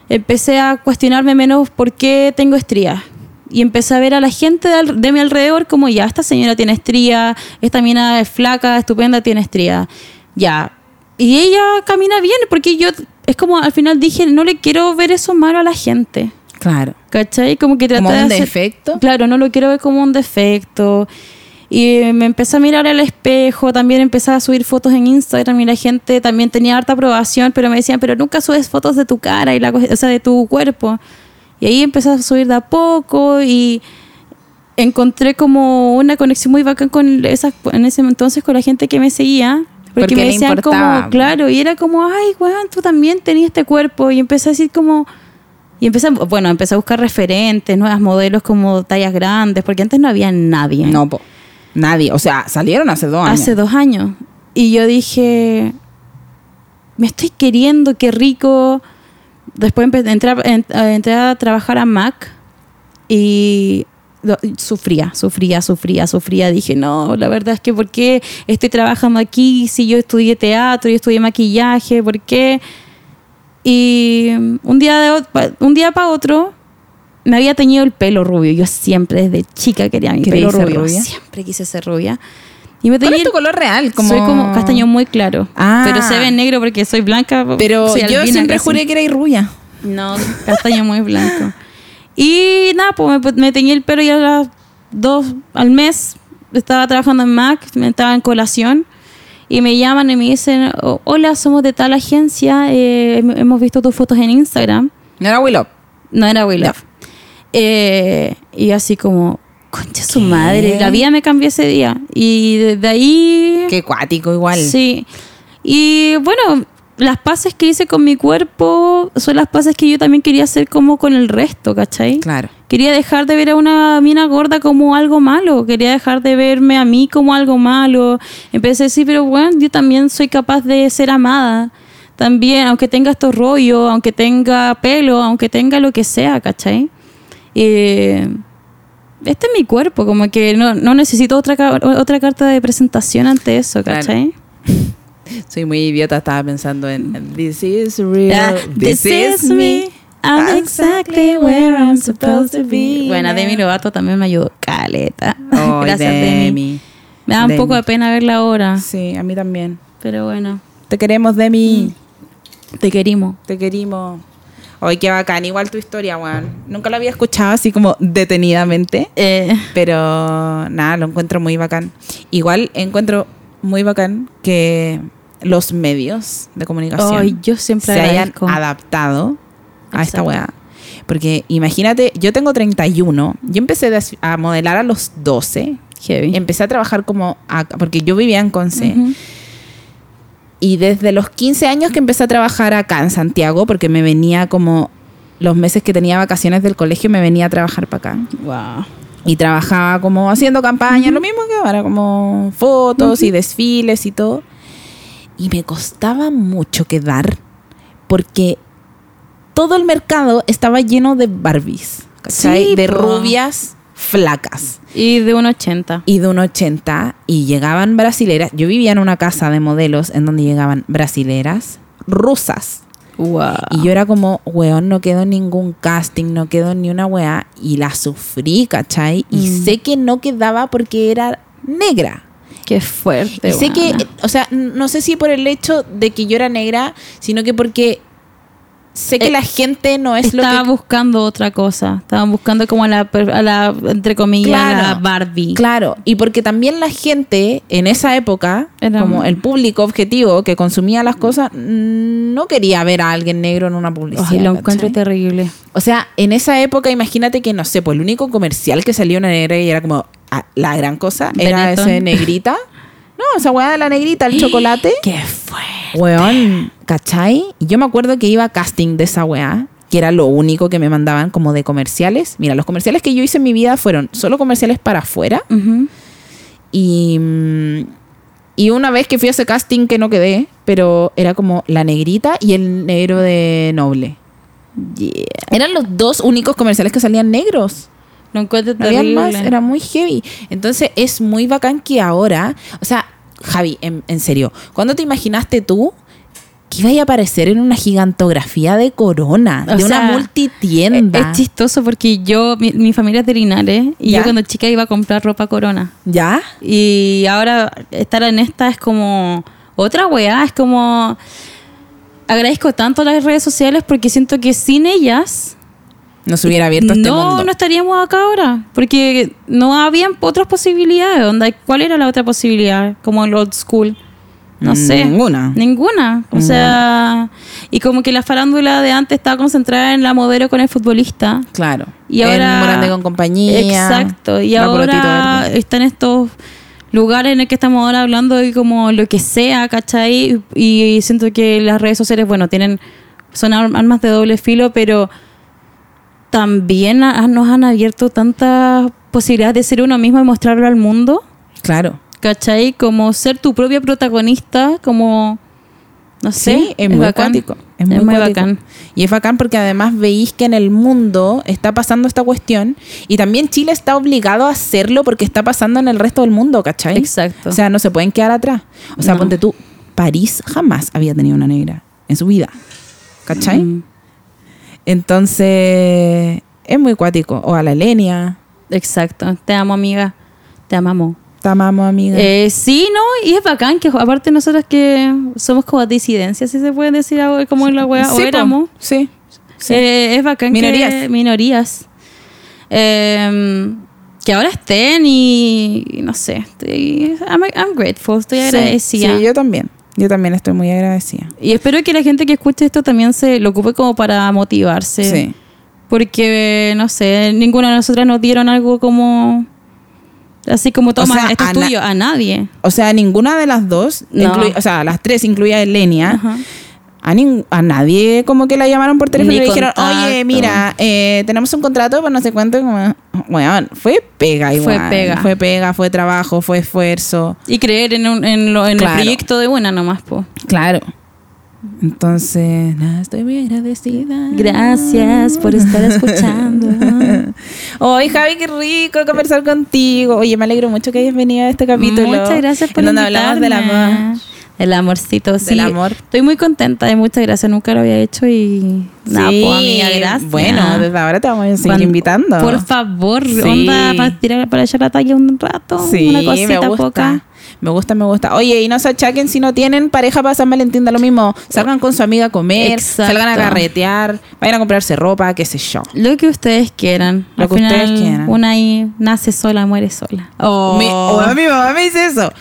S3: empecé a cuestionarme menos por qué tengo estrías. Y empecé a ver a la gente de, al- de mi alrededor como, ya, esta señora tiene estría, esta mina es flaca, estupenda, tiene estría. Ya. Y ella camina bien, porque yo, es como al final dije, no le quiero ver eso malo a la gente.
S2: Claro.
S3: ¿Cachai? Como que traté
S2: Como
S3: de
S2: un
S3: hacer-
S2: defecto.
S3: Claro, no lo quiero ver como un defecto. Y eh, me empecé a mirar al espejo, también empecé a subir fotos en Instagram y la gente también tenía harta aprobación, pero me decían, pero nunca subes fotos de tu cara, y la, cosa- o sea, de tu cuerpo. Y ahí empecé a subir de a poco y encontré como una conexión muy bacán con esas, en ese entonces con la gente que me seguía. Porque,
S2: Porque
S3: me
S2: le
S3: decían
S2: importaba.
S3: como, claro, y era como, ay, weón, tú también tenías este cuerpo. Y empecé a decir como, y empecé, a- bueno, empecé a buscar referentes, nuevas modelos como tallas grandes, porque antes no había nadie.
S2: No, po. Nadie. O sea, salieron hace dos años.
S3: Hace dos años. Y yo dije, me estoy queriendo, qué rico. Después empe- entré, a- en- a- entré a trabajar a Mac y lo- sufría, sufría, sufría, sufría. Dije, no, la verdad es que ¿por qué estoy trabajando aquí? Si yo estudié teatro, yo estudié maquillaje, ¿por qué? Y mm, un día, de, ot- pa- un día para otro me había teñido el pelo rubio. Yo siempre desde chica quería mi
S2: ¿Querías
S3: pelo
S2: ser
S3: rubio.
S2: rubia?
S3: Siempre quise ser rubia. Y me
S2: ¿Cuál
S3: teñí
S2: es tu
S3: el-
S2: este color real? Como...
S3: Soy como castaño muy claro.
S2: Ah.
S3: Pero se ve negro porque soy blanca.
S2: Pero
S3: soy
S2: yo
S3: albina
S2: siempre
S3: casi.
S2: juré que erais rubia.
S3: No, castaño muy blanco. Y nada, pues me, me teñí el pelo y a las dos al mes estaba trabajando en Mac, me estaba en colación. Y me llaman y me dicen, "Oh, hola, somos de tal agencia, eh, hem- hemos visto tus fotos en Instagram.
S2: No era Willow.
S3: No era Will Love. Eh, y así como, concha su madre, la vida me cambió ese día. Y desde ahí...
S2: Qué cuático igual.
S3: Sí. Y bueno, las paces que hice con mi cuerpo son las paces que yo también quería hacer como con el resto, ¿cachai?
S2: Claro.
S3: Quería dejar de ver a una mina gorda como algo malo, quería dejar de verme a mí como algo malo. Empecé a decir, pero bueno, yo también soy capaz de ser amada. También, aunque tenga estos rollos, aunque tenga pelo, aunque tenga lo que sea, ¿cachai? Eh, este es mi cuerpo, como que no, no necesito otra, ca- otra carta de presentación ante eso,
S2: Claro.
S3: ¿cachai?
S2: Soy muy idiota, estaba pensando en This is real.
S3: Bueno, Demi Lovato también me ayudó. Caleta.
S2: Ay,
S3: Gracias, Demi.
S2: Demi.
S3: Me da un
S2: Demi.
S3: poco de pena verla ahora.
S2: Sí, a mí también.
S3: Pero bueno,
S2: Te queremos, Demi.
S3: te querimos.
S2: Te querimos. Hoy qué bacán, igual tu historia, Juan. Nunca la había escuchado así como detenidamente,
S3: Eh,
S2: pero nada, lo encuentro muy bacán. Igual encuentro muy bacán que los medios de comunicación
S3: Ay, yo siempre
S2: se hayan
S3: agradezco.
S2: adaptado a esta
S3: Exacto.
S2: weá. Porque imagínate, yo tengo 31, yo empecé de- a modelar a los 12,
S3: heavy.
S2: empecé a trabajar como, acá, porque yo vivía en Conce,
S3: Ujú.
S2: y desde los 15 años que empecé a trabajar acá en Santiago, porque me venía como los meses que tenía vacaciones del colegio, me venía a trabajar para acá.
S3: Wow.
S2: Y trabajaba como haciendo campaña, lo mismo que ahora, como fotos y desfiles y todo. Y me costaba mucho quedar porque todo el mercado estaba lleno de Barbies, ¿cachai?
S3: Sí,
S2: de
S3: po.
S2: rubias flacas
S3: Y de un 80.
S2: y de un 80 y llegaban brasileras. Yo vivía en una casa de modelos en donde llegaban brasileras rusas.
S3: Wow.
S2: Y yo era como, weón, no quedó ningún casting, no quedó ni una weá. Y la sufrí, ¿cachai? Y
S3: Mm.
S2: sé que no quedaba porque era negra.
S3: Qué fuerte.
S2: Y sé que,
S3: weona.
S2: eh, o sea, n- no sé si por el hecho de que yo era negra, sino que porque sé que
S3: Eh,
S2: la gente no es lo
S3: Estaba
S2: que...
S3: buscando otra cosa. Estaban buscando como a la, per- a la entre comillas, a la
S2: Claro.
S3: Barbie.
S2: Claro, y porque también la gente en esa época,
S3: Era-
S2: como el público objetivo que consumía las cosas, mm, no quería ver a alguien negro en una publicidad.
S3: Ay, lo
S2: ¿cachai?
S3: encuentro terrible.
S2: O sea, en esa época, imagínate que, no sé, pues el único comercial que salió una negra y era como ah, la gran cosa, era
S3: Benetton.
S2: ese negrita No, esa weá de la negrita, el chocolate.
S3: ¿Qué fue?
S2: Weón, ¿cachai? Y yo me acuerdo que iba a casting de esa weá, que era lo único que me mandaban como de comerciales. Mira, los comerciales que yo hice en mi vida fueron solo comerciales para afuera.
S3: Ujú.
S2: Y, mm, y una vez que fui a ese casting que no quedé, pero era como la negrita y el negro de noble. Eran los dos únicos comerciales que salían negros.
S3: Lo encuentro
S2: No había
S3: terrible.
S2: más, era muy heavy. Entonces es muy bacán que ahora, o sea, Javi, en, en serio, ¿cuándo te imaginaste tú que iba a aparecer en una gigantografía de corona,
S3: O
S2: de
S3: sea,
S2: una multitienda?
S3: Es chistoso porque yo, mi, mi familia es de Linares y
S2: Ya.
S3: yo cuando chica iba a comprar ropa corona.
S2: ¿Ya?
S3: Y ahora estar en esta es como otra weá, es como... Agradezco tanto las redes sociales porque siento que sin ellas
S2: No se hubiera abierto este
S3: no,
S2: mundo.
S3: no estaríamos acá ahora, porque no había otras posibilidades. Onda, ¿Cuál era la otra posibilidad? Como el old school. No sé.
S2: Mm, Ninguna.
S3: Ninguna. O sea, y como que la farándula de antes estaba concentrada en la modelo con el futbolista.
S2: Claro.
S3: Y
S2: El
S3: ahora.
S2: Morandé con compañía.
S3: Exacto. Y
S2: la Porotito
S3: ahora
S2: Verde.
S3: están estos lugares en el que estamos ahora hablando de como lo que sea, ¿cachai? Y, siento que las redes sociales, bueno, tienen. Son ar- armas de doble filo, pero también a- nos han abierto tantas posibilidades de ser uno mismo y mostrarlo al mundo.
S2: Claro.
S3: ¿Cachai? Como ser tu propia protagonista, como. No sé.
S2: Sí, es, muy
S3: bacán.
S2: acuático.
S3: Es muy,
S2: cuático.
S3: bacán.
S2: Y es bacán porque además veis que en el mundo está pasando esta cuestión y también Chile está obligado a hacerlo porque está pasando en el resto del mundo, ¿cachai?
S3: Exacto.
S2: O sea, no se pueden quedar atrás. O sea,
S3: No.
S2: ponte tú, París jamás había tenido una negra en su vida, ¿cachai?
S3: Mm,
S2: Entonces, es muy cuático. O a la Elenia,
S3: Exacto. Te amo, amiga. Te amamos.
S2: te amamos, amiga.
S3: Eh, sí, ¿no? Y es bacán que aparte nosotros que somos como disidencias, si se puede decir ahora, como en la wea,
S2: Sí,
S3: o
S2: po.
S3: éramos.
S2: Sí. sí.
S3: Eh, es bacán que...
S2: Minorías.
S3: Minorías. Eh, que ahora estén y, y no sé, estoy, I'm, I'm grateful, estoy
S2: Sí,
S3: agradecida.
S2: Sí, yo también. Yo también estoy muy agradecida.
S3: Y espero que la gente que escuche esto también se lo ocupe como para motivarse.
S2: sí.
S3: Porque, no sé, ninguna de nosotras nos dieron algo como... Así como, toma,
S2: sea,
S3: esto es
S2: a na-
S3: tuyo, a nadie.
S2: O sea, ninguna de las dos,
S3: No.
S2: inclui- o sea, las tres, incluida Elenia,
S3: Ajá.
S2: a, nin- a nadie como que la llamaron por teléfono
S3: Ni
S2: y le dijeron,
S3: contacto.
S2: oye, mira, eh, tenemos un contrato por no sé cuánto. como, Weón, fue pega igual.
S3: Fue pega.
S2: Fue pega, fue trabajo, fue esfuerzo.
S3: Y creer en, un- en, lo- en
S2: Claro.
S3: el proyecto de una nomás, po.
S2: Claro. Entonces, nada, estoy muy agradecida.
S3: Gracias por estar escuchando.
S2: Hoy, Javi, qué rico conversar contigo. Oye, me alegro mucho que hayas venido a este capítulo.
S3: Muchas gracias por
S2: en donde hablamos del
S3: invitarme.
S2: amor.
S3: Del amorcito, sí.
S2: amor.
S3: Estoy muy contenta y muchas gracias. Nunca lo había hecho y... Nada, po, pues, amiga, gracias.
S2: Bueno, desde ahora te vamos a seguir
S3: Cuan-
S2: invitando.
S3: Por favor,
S2: Sí.
S3: onda, para tirar para echar la talla un rato.
S2: Sí,
S3: una cosita
S2: me gusta.
S3: poca.
S2: Me gusta, me gusta. Oye, y no se achaquen si no tienen pareja para San Valentín, da lo mismo. Salgan con su amiga a comer,
S3: Exacto.
S2: salgan a carretear, vayan a comprarse ropa, qué sé yo.
S3: Lo que ustedes quieran.
S2: Lo
S3: Al
S2: que ustedes
S3: final,
S2: quieran.
S3: Una ahí nace sola, muere sola. Oh,
S2: Mi, oh, mi mamá me dice eso.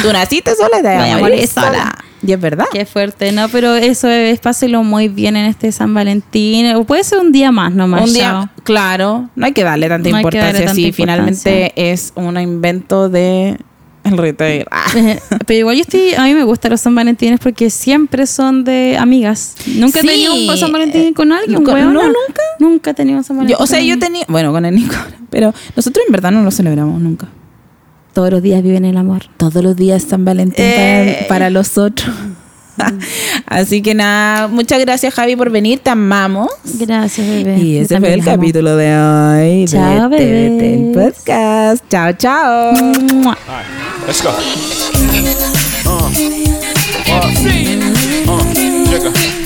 S2: Tú naciste sola, te vas
S3: Voy
S2: a morir sola. Y es verdad.
S3: Qué fuerte, no, pero eso es, pásenlo muy bien en este San Valentín. O puede ser un día más nomás.
S2: Un día,
S3: chao.
S2: claro, no hay que darle tanta
S3: No hay que
S2: importancia
S3: darle tanta
S2: si
S3: importancia.
S2: finalmente es un invento de el retail. Ah.
S3: Eh, Pero igual yo estoy, a mí me gustan los San Valentines porque siempre son de amigas. Nunca
S2: Sí.
S3: he tenido un San Valentín con alguien,
S2: Nunca-
S3: weona.
S2: no, nunca.
S3: Nunca he tenido un San
S2: Yo-
S3: Valentín.
S2: o sea,
S3: con
S2: yo
S3: alguien.
S2: tenía, bueno, con el Nico, pero nosotros en verdad no lo celebramos nunca.
S3: Todos los días viven el amor.
S2: Todos los días San Valentín
S3: Eh.
S2: para, para los otros. Así que nada, muchas gracias Javi por venir, te amamos.
S3: Gracias, bebé.
S2: Y
S3: Yo
S2: ese fue
S3: también
S2: el
S3: las amo.
S2: capítulo de hoy
S3: Chao,
S2: de TVT, el
S3: bebés.
S2: podcast. Chao, chao.
S3: Mua.
S1: Alright, let's go. Uh, uh, uh, jigga.